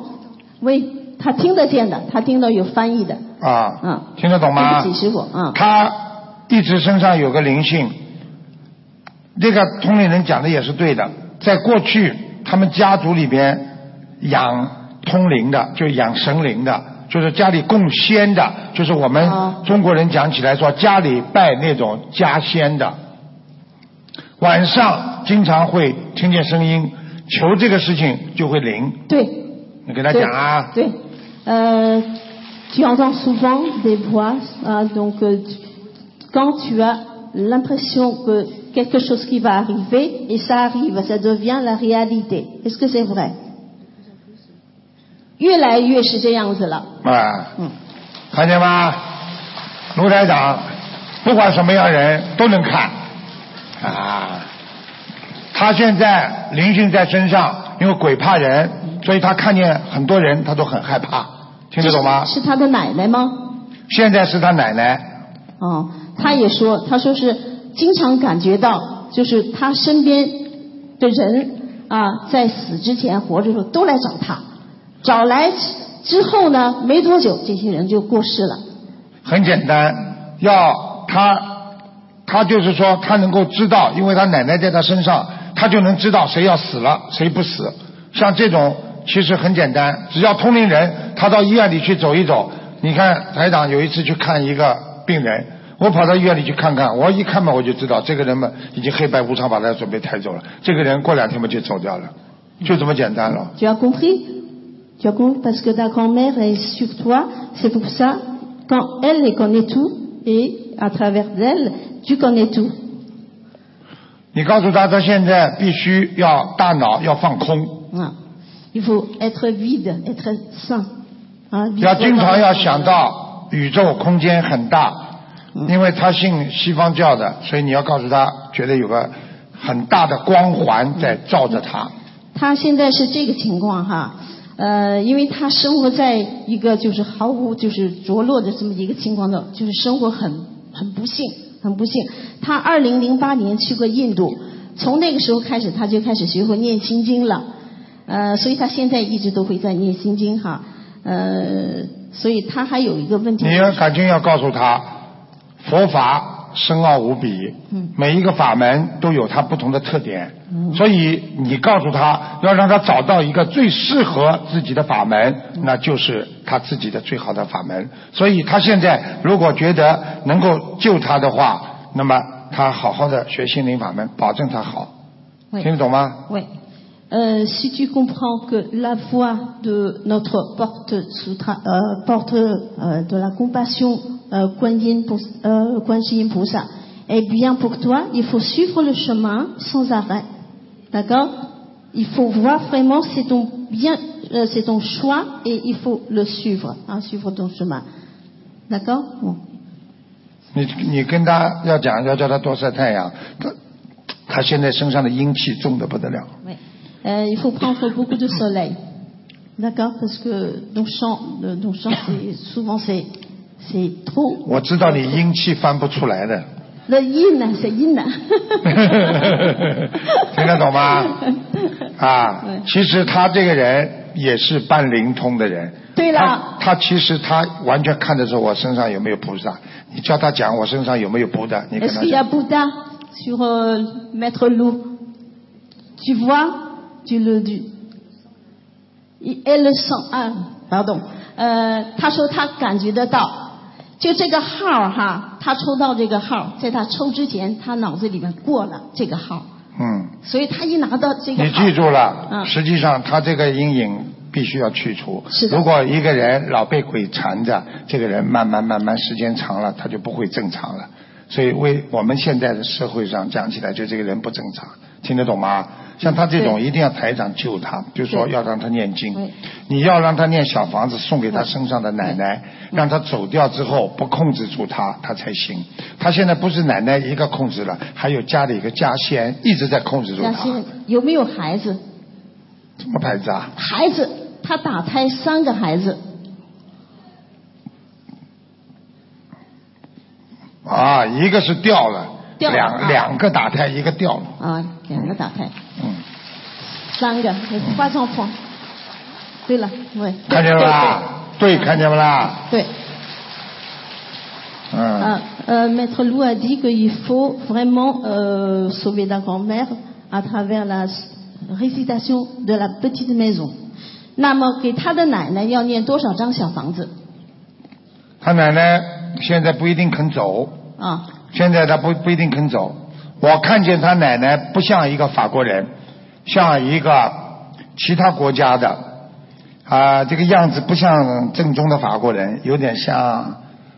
喂，他听得见的，他听到有翻译的。
啊，
嗯
听得懂吗？
对不起哎师傅嗯
他一直身上有个灵性，这个通灵人讲的也是对的。在过去，他们家族里边养通灵的，就养神灵的，就是家里供仙的，就是我们
哦
中国人讲起来说家里拜那种家仙的。晚上经常会听见声音，求这个事情就会灵。
对，
你给他讲啊。
对，Euh, tu entends souvent des voix, hein, donc euh, tu- quand tu as l'impression que quelque chose qui va arriver, et ça arrive, ça devient la réalité. Est-ce que c'est vrai 越来越是这样子了，
啊，看见吗？卢台长，不管什么样人都能看啊。他现在灵性在身上，因为鬼怕人，所以他看见很多人他都很害怕，听得懂吗？
是他的奶奶吗？
现在是他奶奶，
哦，他也说，他说是经常感觉到，就是他身边的人啊，在死之前、活着的时候都来找他，找来之后呢，没多久这些人就过世了。
很简单，要他，他就是说他能够知道，因为他奶奶在他身上，他就能知道谁要死了，谁不死。像这种其实很简单，只要通灵人，他到医院里去走一走。你看台长有一次去看一个病人，我跑到医院里去看看，我一看嘛我就知道这个人嘛已经黑白无常把他准备抬走了，这个人过两天嘛就走掉了，就这么简单了。
Tu as compris Tu as compris parce que ta grand-mère est sur toi, c'est pour ça, quand elle les connaît tout, et à travers elle, tu connais tout.
你告诉他，他现在必须要大脑要放空。
啊 Il faut être vide, être sain. hein,
要经常
vivre-
要想到宇宙空间很大，因为他信西方教的，所以你要告诉他，觉得有个很大的光环在照着他。
他现在是这个情况哈，呃，因为他生活在一个就是毫无就是着落的这么一个情况的，就是生活很很不幸，很不幸。他二零零八年去过印度，从那个时候开始他就开始学会念心经了，呃，所以他现在一直都会在念心经哈，呃，所以他还有一个问题，
你要赶紧要告诉他，佛法深奥无比，每一个法门都有它不同的特点，所以你告诉他要让他找到一个最适合自己的法门，那就是他自己的最好的法门。所以他现在如果觉得能够救他的话，那么他好好的学心灵法门，保证他好，
喂
听得懂吗？
Oui. Euh, si tu comprends que la voie de notre porte, sutra- euh, porte euh, de la compassion, euh, Kuan Yin Pous- euh, Kuan Yin Poussa, est bien pour toi, il faut suivre le chemin sans arrêt. D'accord Il faut voir vraiment c'est ton bien, euh, c'est ton choix et il faut le suivre, hein, suivre ton chemin. D'accord Bon.
你你跟他要讲，要叫他多晒太阳，他他现在身上的阴气重的不得了，
Euh, il faut prendre beaucoup de soleil. D'accord Parce que nos champs, le- nos champs, c'est- souvent c'est c'est trop.
我知道你阴气翻不出来的，
Le yin, hein, c'est yin. [laughs] hein.
听得懂吗？啊，其实他这个人也是半灵通的人。
对
了。他其实他完全看得出我身上有没有菩萨，你叫他讲我身上有没有菩萨，你跟
Est-ce
他
qu'il y
讲
a。Bouddha sur euh, Maître Loup Tu vois Tu le dis. Il- Et le sang, ah, pardon. Euh, 他说他感觉得到。就这个号儿哈，他抽到这个号儿，在他抽之前，他脑子里面过了这个号儿，
嗯，
所以他一拿到这个
你
号儿，
记住了，
嗯
实际上他这个阴影必须要去除。
是的
如果一个人老被鬼缠着，这个人慢慢慢慢时间长了，他就不会正常了。所以为我们现在的社会上讲起来，就这个人不正常，听得懂吗？像他这
嗯
种，
对
一定要台长救他，就说
对
要让他念经，你要让他念小房子送给他身上的奶奶，
嗯
让他走掉之后不控制住他，他才行。他现在不是奶奶一个控制了，还有家里一个家仙一直在控制住
那
他。
是有没有孩子？
什么牌子啊？
孩子，他打胎三个孩子，
啊，一个是掉了，
掉了
两、
啊
两个打胎，一个掉了。
啊，两个打胎。
嗯。
三个，有trois enfants。对了，对，
看见了吧？对，看见不啦？
对，
嗯，
euh, euh, Maître Lou a dit qu'il faut vraiment euh, sauver la grand-mère à travers la s- récitation de la petite maison. 那么给他的奶奶要念多少张小房子
他奶奶现在不一定肯走，
啊？
现在他不不一定肯走。我看见他奶奶不像一个法国人，像一个其他国家的，啊、这个样子不像正宗的法国人，有点像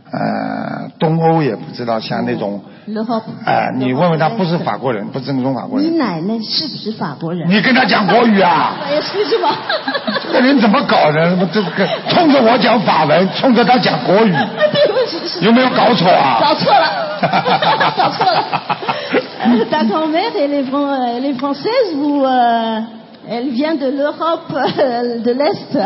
呃东欧也不知道像那种，
L'Europe
哎、你问问他不是法国人，不正宗法国人
你。奶奶是不是法国人？
你跟他讲国语啊？
[laughs] 哎，是是吧？
这个人怎么搞的？我这个冲着我讲法文，冲着他讲国语，
对不起，
[laughs]
是
有没有搞错啊
搞
[laughs]
错了，搞错了。Euh, Ta grand-mère, elle est, fran- elle est française ou euh, elle vient de l'Europe euh, de l'Est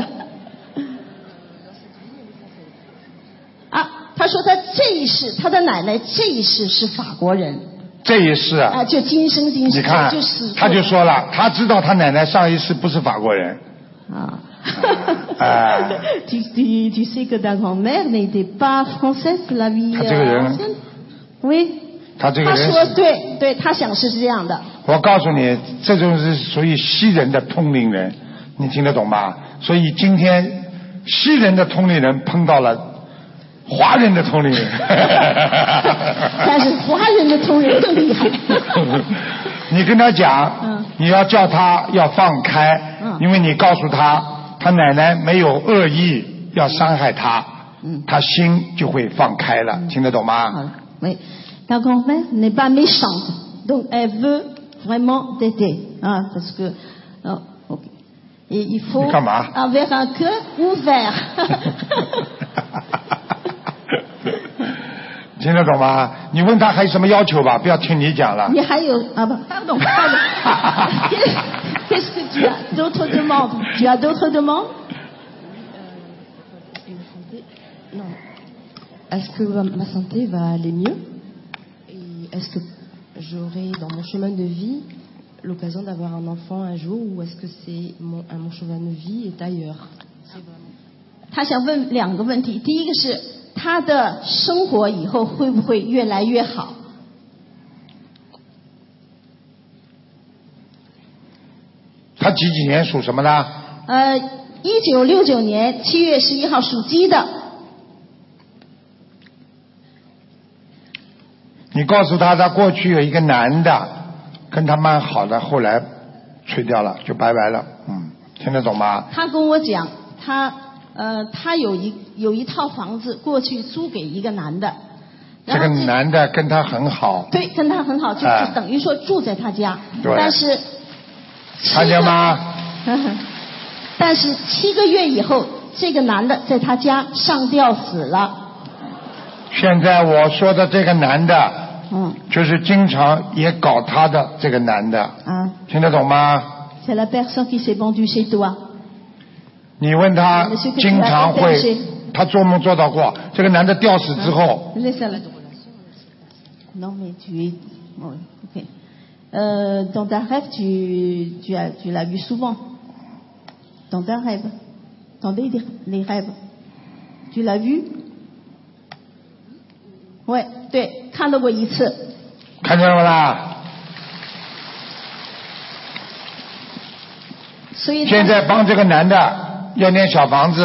Ah, 他说他这一世，他的奶奶这一世是法国人
这一世啊，
啊，就今生今世
你看啊
就死，
他就说了，他知道他奶奶上一世不是法国人。
啊。
[laughs] 哎，
Tu, tu, tu sais que ta grand-mère n'était pas française, la vie
他这个
euh,
人
ancienne Oui.
他这个
他
人
说对，对他想是这样的。
我告诉你，这种是属于西人的通灵人，你听得懂吗？所以今天西人的通灵人碰到了华人的通灵人， [laughs]
但是华人的同仁更 [laughs] 厉害。
[laughs] 你跟他讲，你要叫他要放开，因为你告诉他，他奶奶没有恶意要伤害他，他心就会放开了，听得懂吗？
Oui. Ta grand-mère n'est pas méchante, donc elle veut vraiment t'aider, hein, 啊 parce que. ah, ok. Et il faut
Mais comment
avoir un cœur ouvert.
听得懂吗？你问他还有什么要求吧，不要听你讲了。
你还有啊不，pardon pardon，qu'est-ce que tu as d'autres demandes Tu as d'autres demandes
Est-ce que ma- ma santé va aller mieux Et est-ce que j'aurai dans mon chemin de vie l'occasion d'avoir un enfant un jour ou est-ce que c'est mon, à mon chemin de vie est ailleurs
他想问两个问题，第一个是他的生活以后会不会越来越好？
他几几年属什么的？
呃，一九六九年七月十一号属鸡的，
你告诉他，他过去有一个男的，跟他蛮好的，后来吹掉了，就拜拜了。嗯，听得懂吗？
他跟我讲，他呃，他有一有一套房子，过去租给一个男的，
这个男的跟他很好，
对，跟他很好，就是
哎
等于说住在他家，
对
但是 [laughs]
看见吗？
但是七个月以后，这个男的在他家上吊死了。
现在我说的这个男的，
嗯，
就是经常也搞他的这个男的，
啊
听得懂吗？
C'est la personne qui s'est vendue chez toi。
你问他
monsieur que tu
经常
as
会
protégé，
他做梦做到过，这个男的吊死之后，
Laisse-la. Non, mais tu es. oui, ok. Euh, dans ta rêve, tu, tu, as, tu l'as vu souvent. Dans ta rêve. Dans les, les rêves. Tu l'as vu Ouais, tu 看到过一次，
看见了没啦？
所以他
现在帮这个男的要念小房子，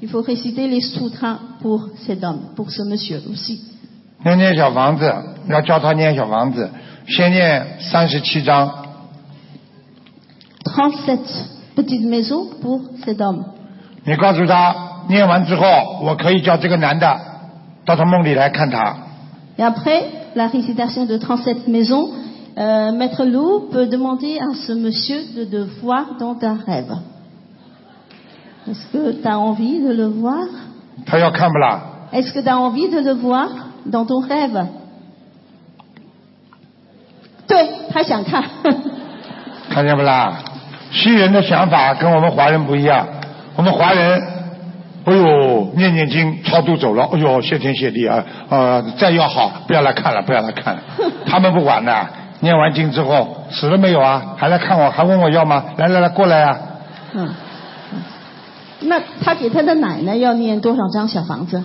il faut réciter les sutras pour cet homme, pour ce monsieur aussi.
要念小房子，要教他念小房子，先念三十七章，
37 petites maisons pour cet homme.
你告诉他念完之后，我可以叫这个男的到他梦里来看他。
Et après la récitation de 37 maisons, euh, Maître Lou peut demander à ce monsieur de le voir dans un rêve. Est-ce que tu as envie de le voir
他要看不啦？
Est-ce que tu as envie de le voir dans ton rêve Oui,
看见不啦？西人的想法跟我们华人不一样，我们华人，哎呦，念念经超度走了，哎呦，谢天谢地啊！呃，再要好，不要来看了，不要来看了。他们不管的，念完经之后死了没有啊？还来看我，还问我要吗？来来来，过来啊！
嗯。 [laughs] 那他给他的奶奶要念多少张小房子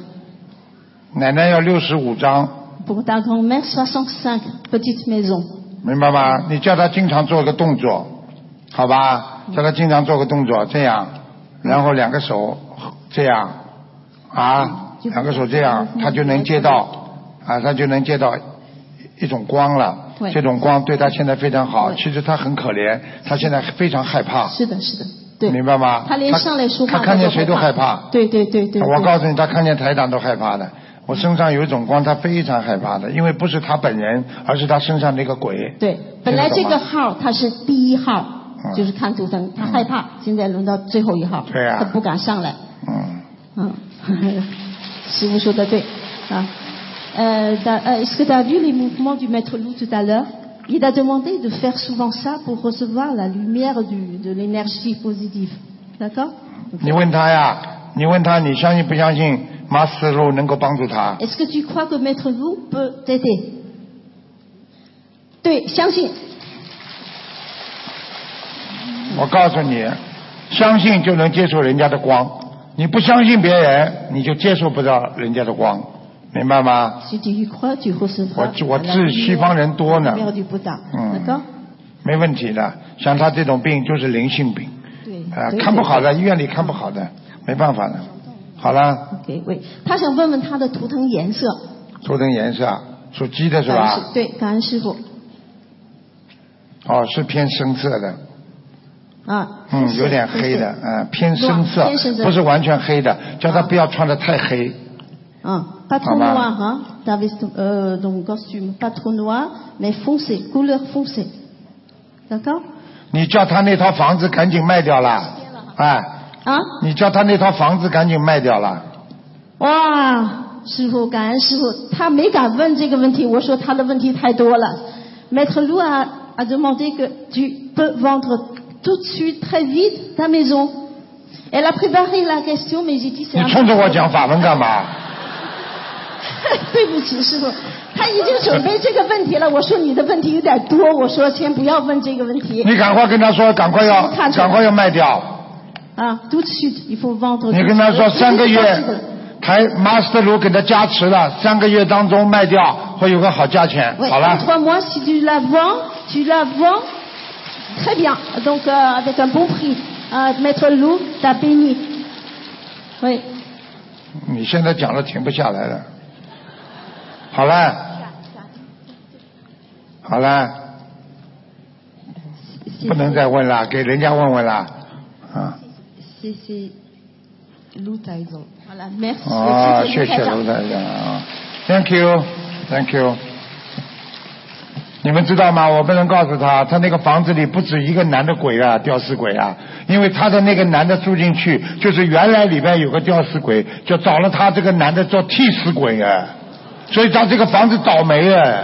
奶奶要六十五张，
？Pour ta grand-mère, 65 petites maisons.
明白吗？你叫他经常做个动作，好吧？
嗯
叫他经常做个动作，这样，然后两个手这样，啊，
嗯
两个手这样，他就能接到，啊，他就能接到一种光了。
对
这种光对他现在非常好，其实他很可怜，他现在非常害怕。
是的，是的，
明白吗？
他连上来说话
他看见
他就
谁都害
害
怕。
对对对对。
我
对
告诉你，他看见台长都害怕的。我身上有一种光，他非常害怕的，因为不是他本人，而是他身上那个鬼。
对，本来这个号他是第一号，就是看图腾，他害怕，现在轮到最后一号，
对呀
他不敢上来。嗯， [laughs] 师傅说的对啊。Euh, t'as- euh, Est-ce que tu as vu les mouvements du maître Lou tout à l'heure Il a demandé de faire souvent ça pour recevoir la lumière du, de l'énergie positive. D'accord
你问他呀，你问他，你相信不相信马斯洛能够帮助他？
Est-ce que tu crois que maître Lou peut t'aider Oui, 相信
我告诉你，相信就能接受人家的光，你不相信别人，你就接受不到人家的光，明白吗？
Si tu y crois, tu recevras
我我
la
治西
lumière,
方人多
la
呢，
lumière du Bouddha.
嗯
D'accord
没问题的。像他这种病就是灵性病，
对
啊、
对
看不
对
好的，医院里看不好的，没办法的。好了。
OK，喂，他想问问他的图腾颜色
头灯颜色啊，属鸡的是
感恩
吧？
师对，感恩师傅
哦，是偏深色的，
啊。
嗯，有点
黑
黑的，嗯，偏深
是
色
吧偏深，色啊
不是完全黑的，叫他不要穿的太黑，
Ah, pas trop
Ah bah.
noir, hein, ta veste, euh, ton costume, pas trop noir, mais foncé, couleur foncée. D'accord
你叫他那套房子赶紧卖掉啦，哎，
啊？
你叫他那套房子赶紧卖掉啦，
哇，师傅，感恩师傅，他没敢问这个问题，我说他的问题太多了。Maître Lou a, a demandé que tu peux vendre tout de suite, très vite, ta maison. Elle a préparé la question, mais j'ai dit c'est
你
un
冲着我讲法文干嘛？
[laughs] 对不起，师傅，他已经准备这个问题了。我说你的问题有点多，我说先不要问这个问题。
你赶快跟他说，赶快要，
看出来
赶快要卖掉，
啊，tout de suite, il faut vendre.
你跟他说
tout de suite.
三个月
这个
台 Master 卢给他加持了，三个月当中卖掉会有个好价钱，
Ouais,
好
en
了。
trois mois, si tu la vends, tu la vends très bien, donc euh, avec un bon prix. Euh, Maître Lou, t'as béni. Oui.
你现在讲的停不下来了。好了，好了，不能再问了，给人家问问啦。啊，
谢谢卢台总。
Voilà, merci.
哦，谢
谢
谢
谢卢台长
卢台长啊，Thank you，Thank you。你们知道吗？我不能告诉他，他那个房子里不止一个男的鬼啊，吊死鬼啊！因为他的那个男的住进去，就是原来里边有个吊死鬼，就找了他这个男的做替死鬼啊，所以他这个房子倒霉啊，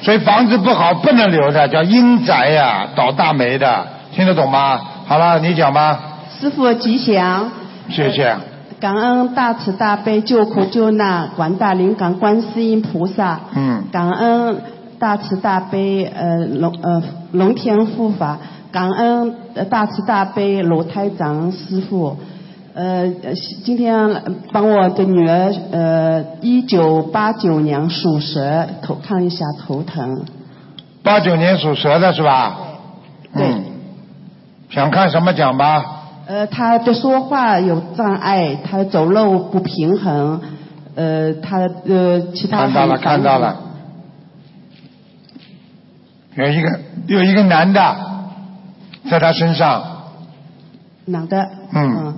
所以房子不好不能留的，叫阴宅呀、啊，倒大霉的，听得懂吗？好了，你讲吧，
师傅吉祥，
谢谢。
感恩大慈大悲救苦救难广大灵感观世音菩萨，
嗯，
感恩大慈大悲呃龙呃龙天护法，感恩呃大慈大悲鲁台长师傅。呃，呃今天帮我的女儿，呃，一九八九年属蛇，头看一下头疼，
八九年属蛇的是吧？嗯。想看什么讲吧？
呃，他的说话有障碍，他走路不平衡，呃，他呃其他
看到了，
很烦
看到了。有一个有一个男的，在他身上，
男的，
嗯，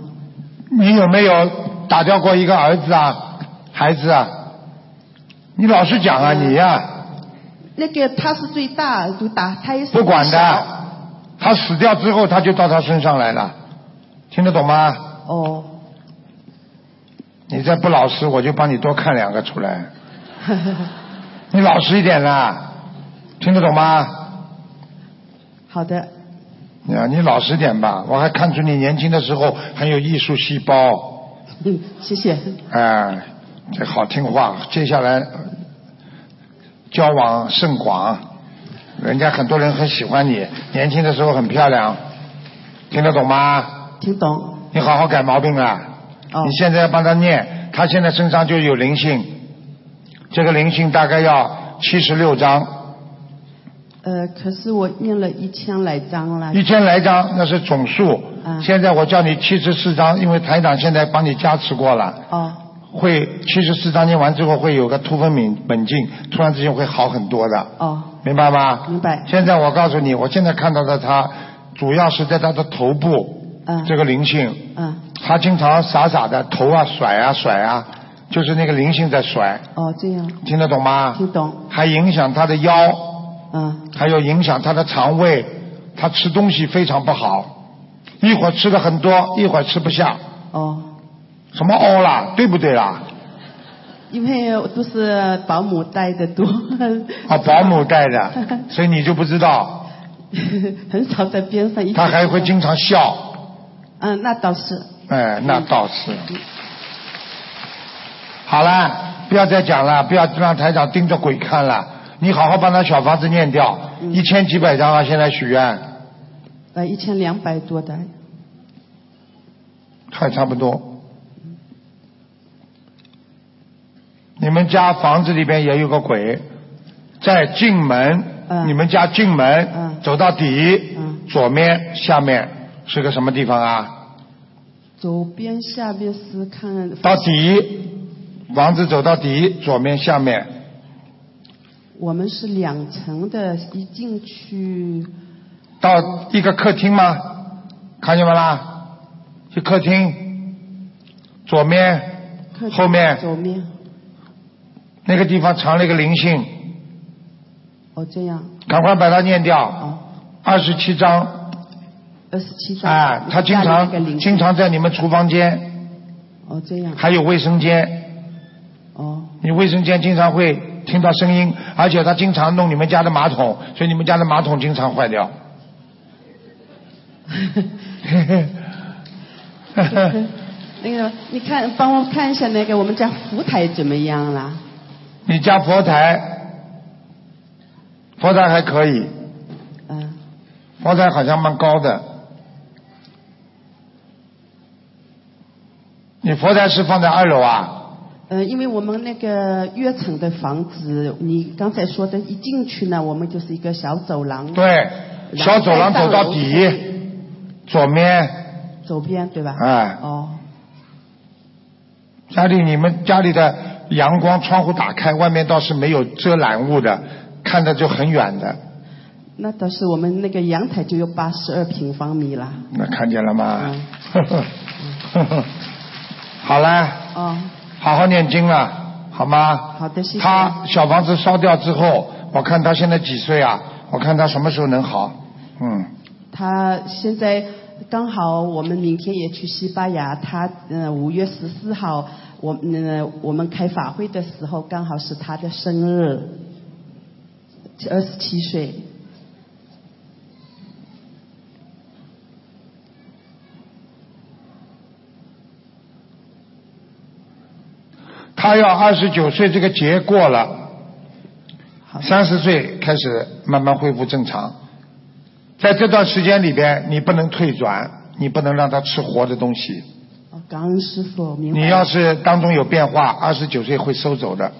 你有没有打掉过一个儿子啊，孩子啊？你老实讲啊，你呀、
那个他是最大，就打他一
不管的，他死掉之后他就到他身上来了，听得懂吗？
哦。
你再不老实，我就帮你多看两个出来。你老实一点啦，听得懂吗？
好的，
啊，你老实点吧，我还看出你年轻的时候很有艺术细胞。
嗯， [laughs] 谢谢。
哎，这好听话，接下来呃交往甚广，人家很多人很喜欢你，年轻的时候很漂亮，听得懂吗？
听懂。哦
你好好改毛病啦。你现在要帮他念，他现在身上就有灵性，这个灵性大概要七十六章。
呃，可是我念了一千来张了，
一千来张那是总数，
嗯
现在我叫你七十四张，因为台长现在帮你加持过了，
哦，
会七十四张念完之后会有个突飞敏本境，突然之间会好很多的，
哦，
明白吗？
明白。
现在我告诉你，我现在看到的他，主要是在他的头部，这个灵性，
嗯，
他经常傻傻的头啊甩啊甩啊，就是那个灵性在甩，
哦，这样，
听得懂吗？
听懂。
还影响他的腰，
嗯，
还有影响他的肠胃，他吃东西非常不好，一会儿吃的很多，一会儿吃不下。
哦。
什么哦啦，对不对啦？
因为我都是保姆带的多， [laughs]
啊，保姆带的，所以你就不知道，
很少在边上一起。
他还会经常笑。
嗯，那倒是。嗯
哎，那倒是。好了，不要再讲了，不要让台长盯着鬼看了。你好好把那小房子念掉，
嗯
一千几百张啊，现在许愿
呃，一千两百多的，
还差不多。你们家房子里边也有个鬼，在进门，
嗯
你们家进门、走到底，左面下面是个什么地方啊？
左边下边是看
到底，房子走到底，左面下面。
我们是两层的，一进去
到一个客厅吗？看见没啦？就客厅，左面
客厅
后面
左面，
那个地方藏了一个灵性，
哦这样，
赶快把它念掉。二十七章，
哦二十七张。
哎，他经
家里那个
常
零
经常在你们厨房间，
哦这样，
还有卫生间。
哦。
你卫生间经常会听到声音，而且他经常弄你们家的马桶，所以你们家的马桶经常坏
[laughs]
掉。
那个你看帮我看一下那个我们家福台怎么样啦？
你家佛台，佛台还可以。
嗯。
佛台好像蛮高的。你佛台是放在二楼啊？
呃，因为我们那个跃层的房子，你刚才说的，一进去呢，我们就是一个小走廊。
对，小走廊走到底，左面，
左边对吧？
哎。
哦。
家里你们家里的阳光窗户打开，外面倒是没有遮拦物的，看着就很远的。
那倒是我们那个阳台就有八十二平方米
[laughs]
啦。
那看见了吗？ [laughs] 好了，
哦，
好好念经了，好吗？
好的，谢谢。
他小房子烧掉之后，我看他现在几岁啊？我看他什么时候能好？嗯，
他现在刚好我们明天也去西班牙，他嗯五月十四号我嗯、我们开法会的时候刚好是他的生日，二十七岁。
他要二十九岁这个节过了，三十岁开始慢慢恢复正常。在这段时间里边，你不能退转，你不能让他吃活的东西。
哦，感恩师傅，明白。
你要是当中有变化，二十九岁会收走的。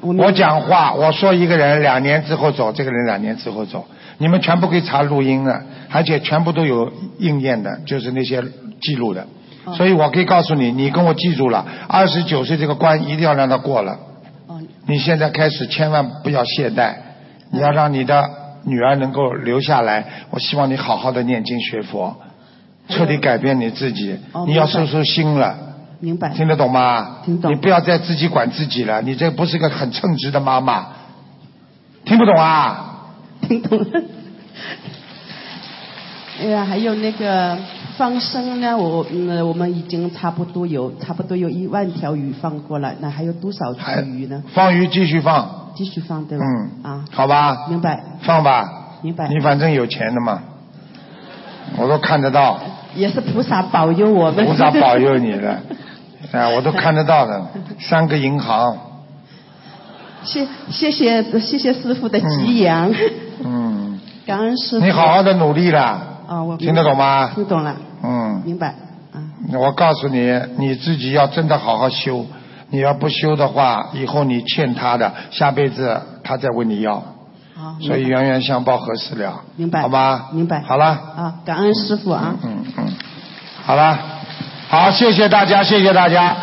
我明白
我讲话，我说一个人两年之后走，这个人两年之后走，你们全部可以查录音的，而且全部都有应验的，就是那些记录的。
哦
所以我可以告诉你，你跟我记住了，二十九岁这个关一定要让他过了。
哦
你现在开始千万不要懈怠，你要让你的女儿能够留下来。我希望你好好的念经学佛，彻底改变你自己
哦。
你要
明白
收收心了。
明白。
听得懂吗？听懂。你不要再自己管自己了，你这不是个很称职的妈妈。听不懂啊？
听懂了。哎呀，还有那个放生呢，我嗯，我们已经差不多有差不多有一万条鱼放过了，那还有多少条鱼呢？
放鱼继续放，
继续放对吧？
嗯，
啊，
好吧。
明白。
放吧，
明白。
你反正有钱的嘛，我都看得到，
也是菩萨保佑我们。
菩萨保佑你
[laughs]
了，哎，我都看得到的，三个银行，
谢谢谢谢谢师傅的吉言， [laughs]
嗯，
感恩师傅。
你好好的努力啦，
啊，我
听得懂吗
听懂了，
嗯。
明白。
我告诉你，你自己要真的好好修，你要不修的话，以后你欠他的，下辈子他再问你要，
好，
所以冤冤相报何时了？
明白
好吧，
明白。
好了，
啊，感恩师傅啊。
嗯嗯，好了，好，谢谢大家，谢谢大家，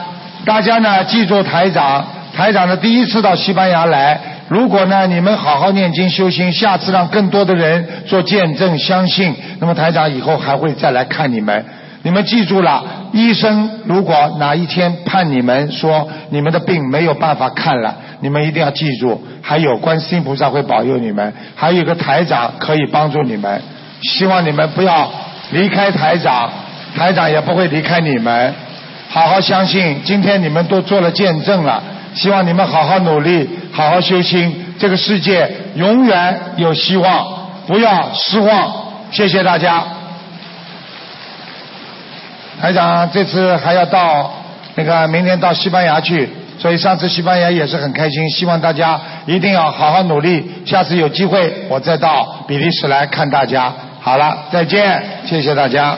大家呢记住台长，台长呢第一次到西班牙来，如果呢你们好好念经修心，下次让更多的人做见证相信，那么台长以后还会再来看你们。你们记住了，医生如果哪一天判你们说你们的病没有办法看了，你们一定要记住，还有观世音菩萨会保佑你们，还有一个台长可以帮助你们。希望你们不要离开台长，台长也不会离开你们。好好相信，今天你们都做了见证了，希望你们好好努力，好好修心，这个世界永远有希望，不要失望。谢谢大家。台长这次还要到那个明天到西班牙去，所以上次西班牙也是很开心，希望大家一定要好好努力，下次有机会我再到比利时来看大家。好了，再见，谢谢大家。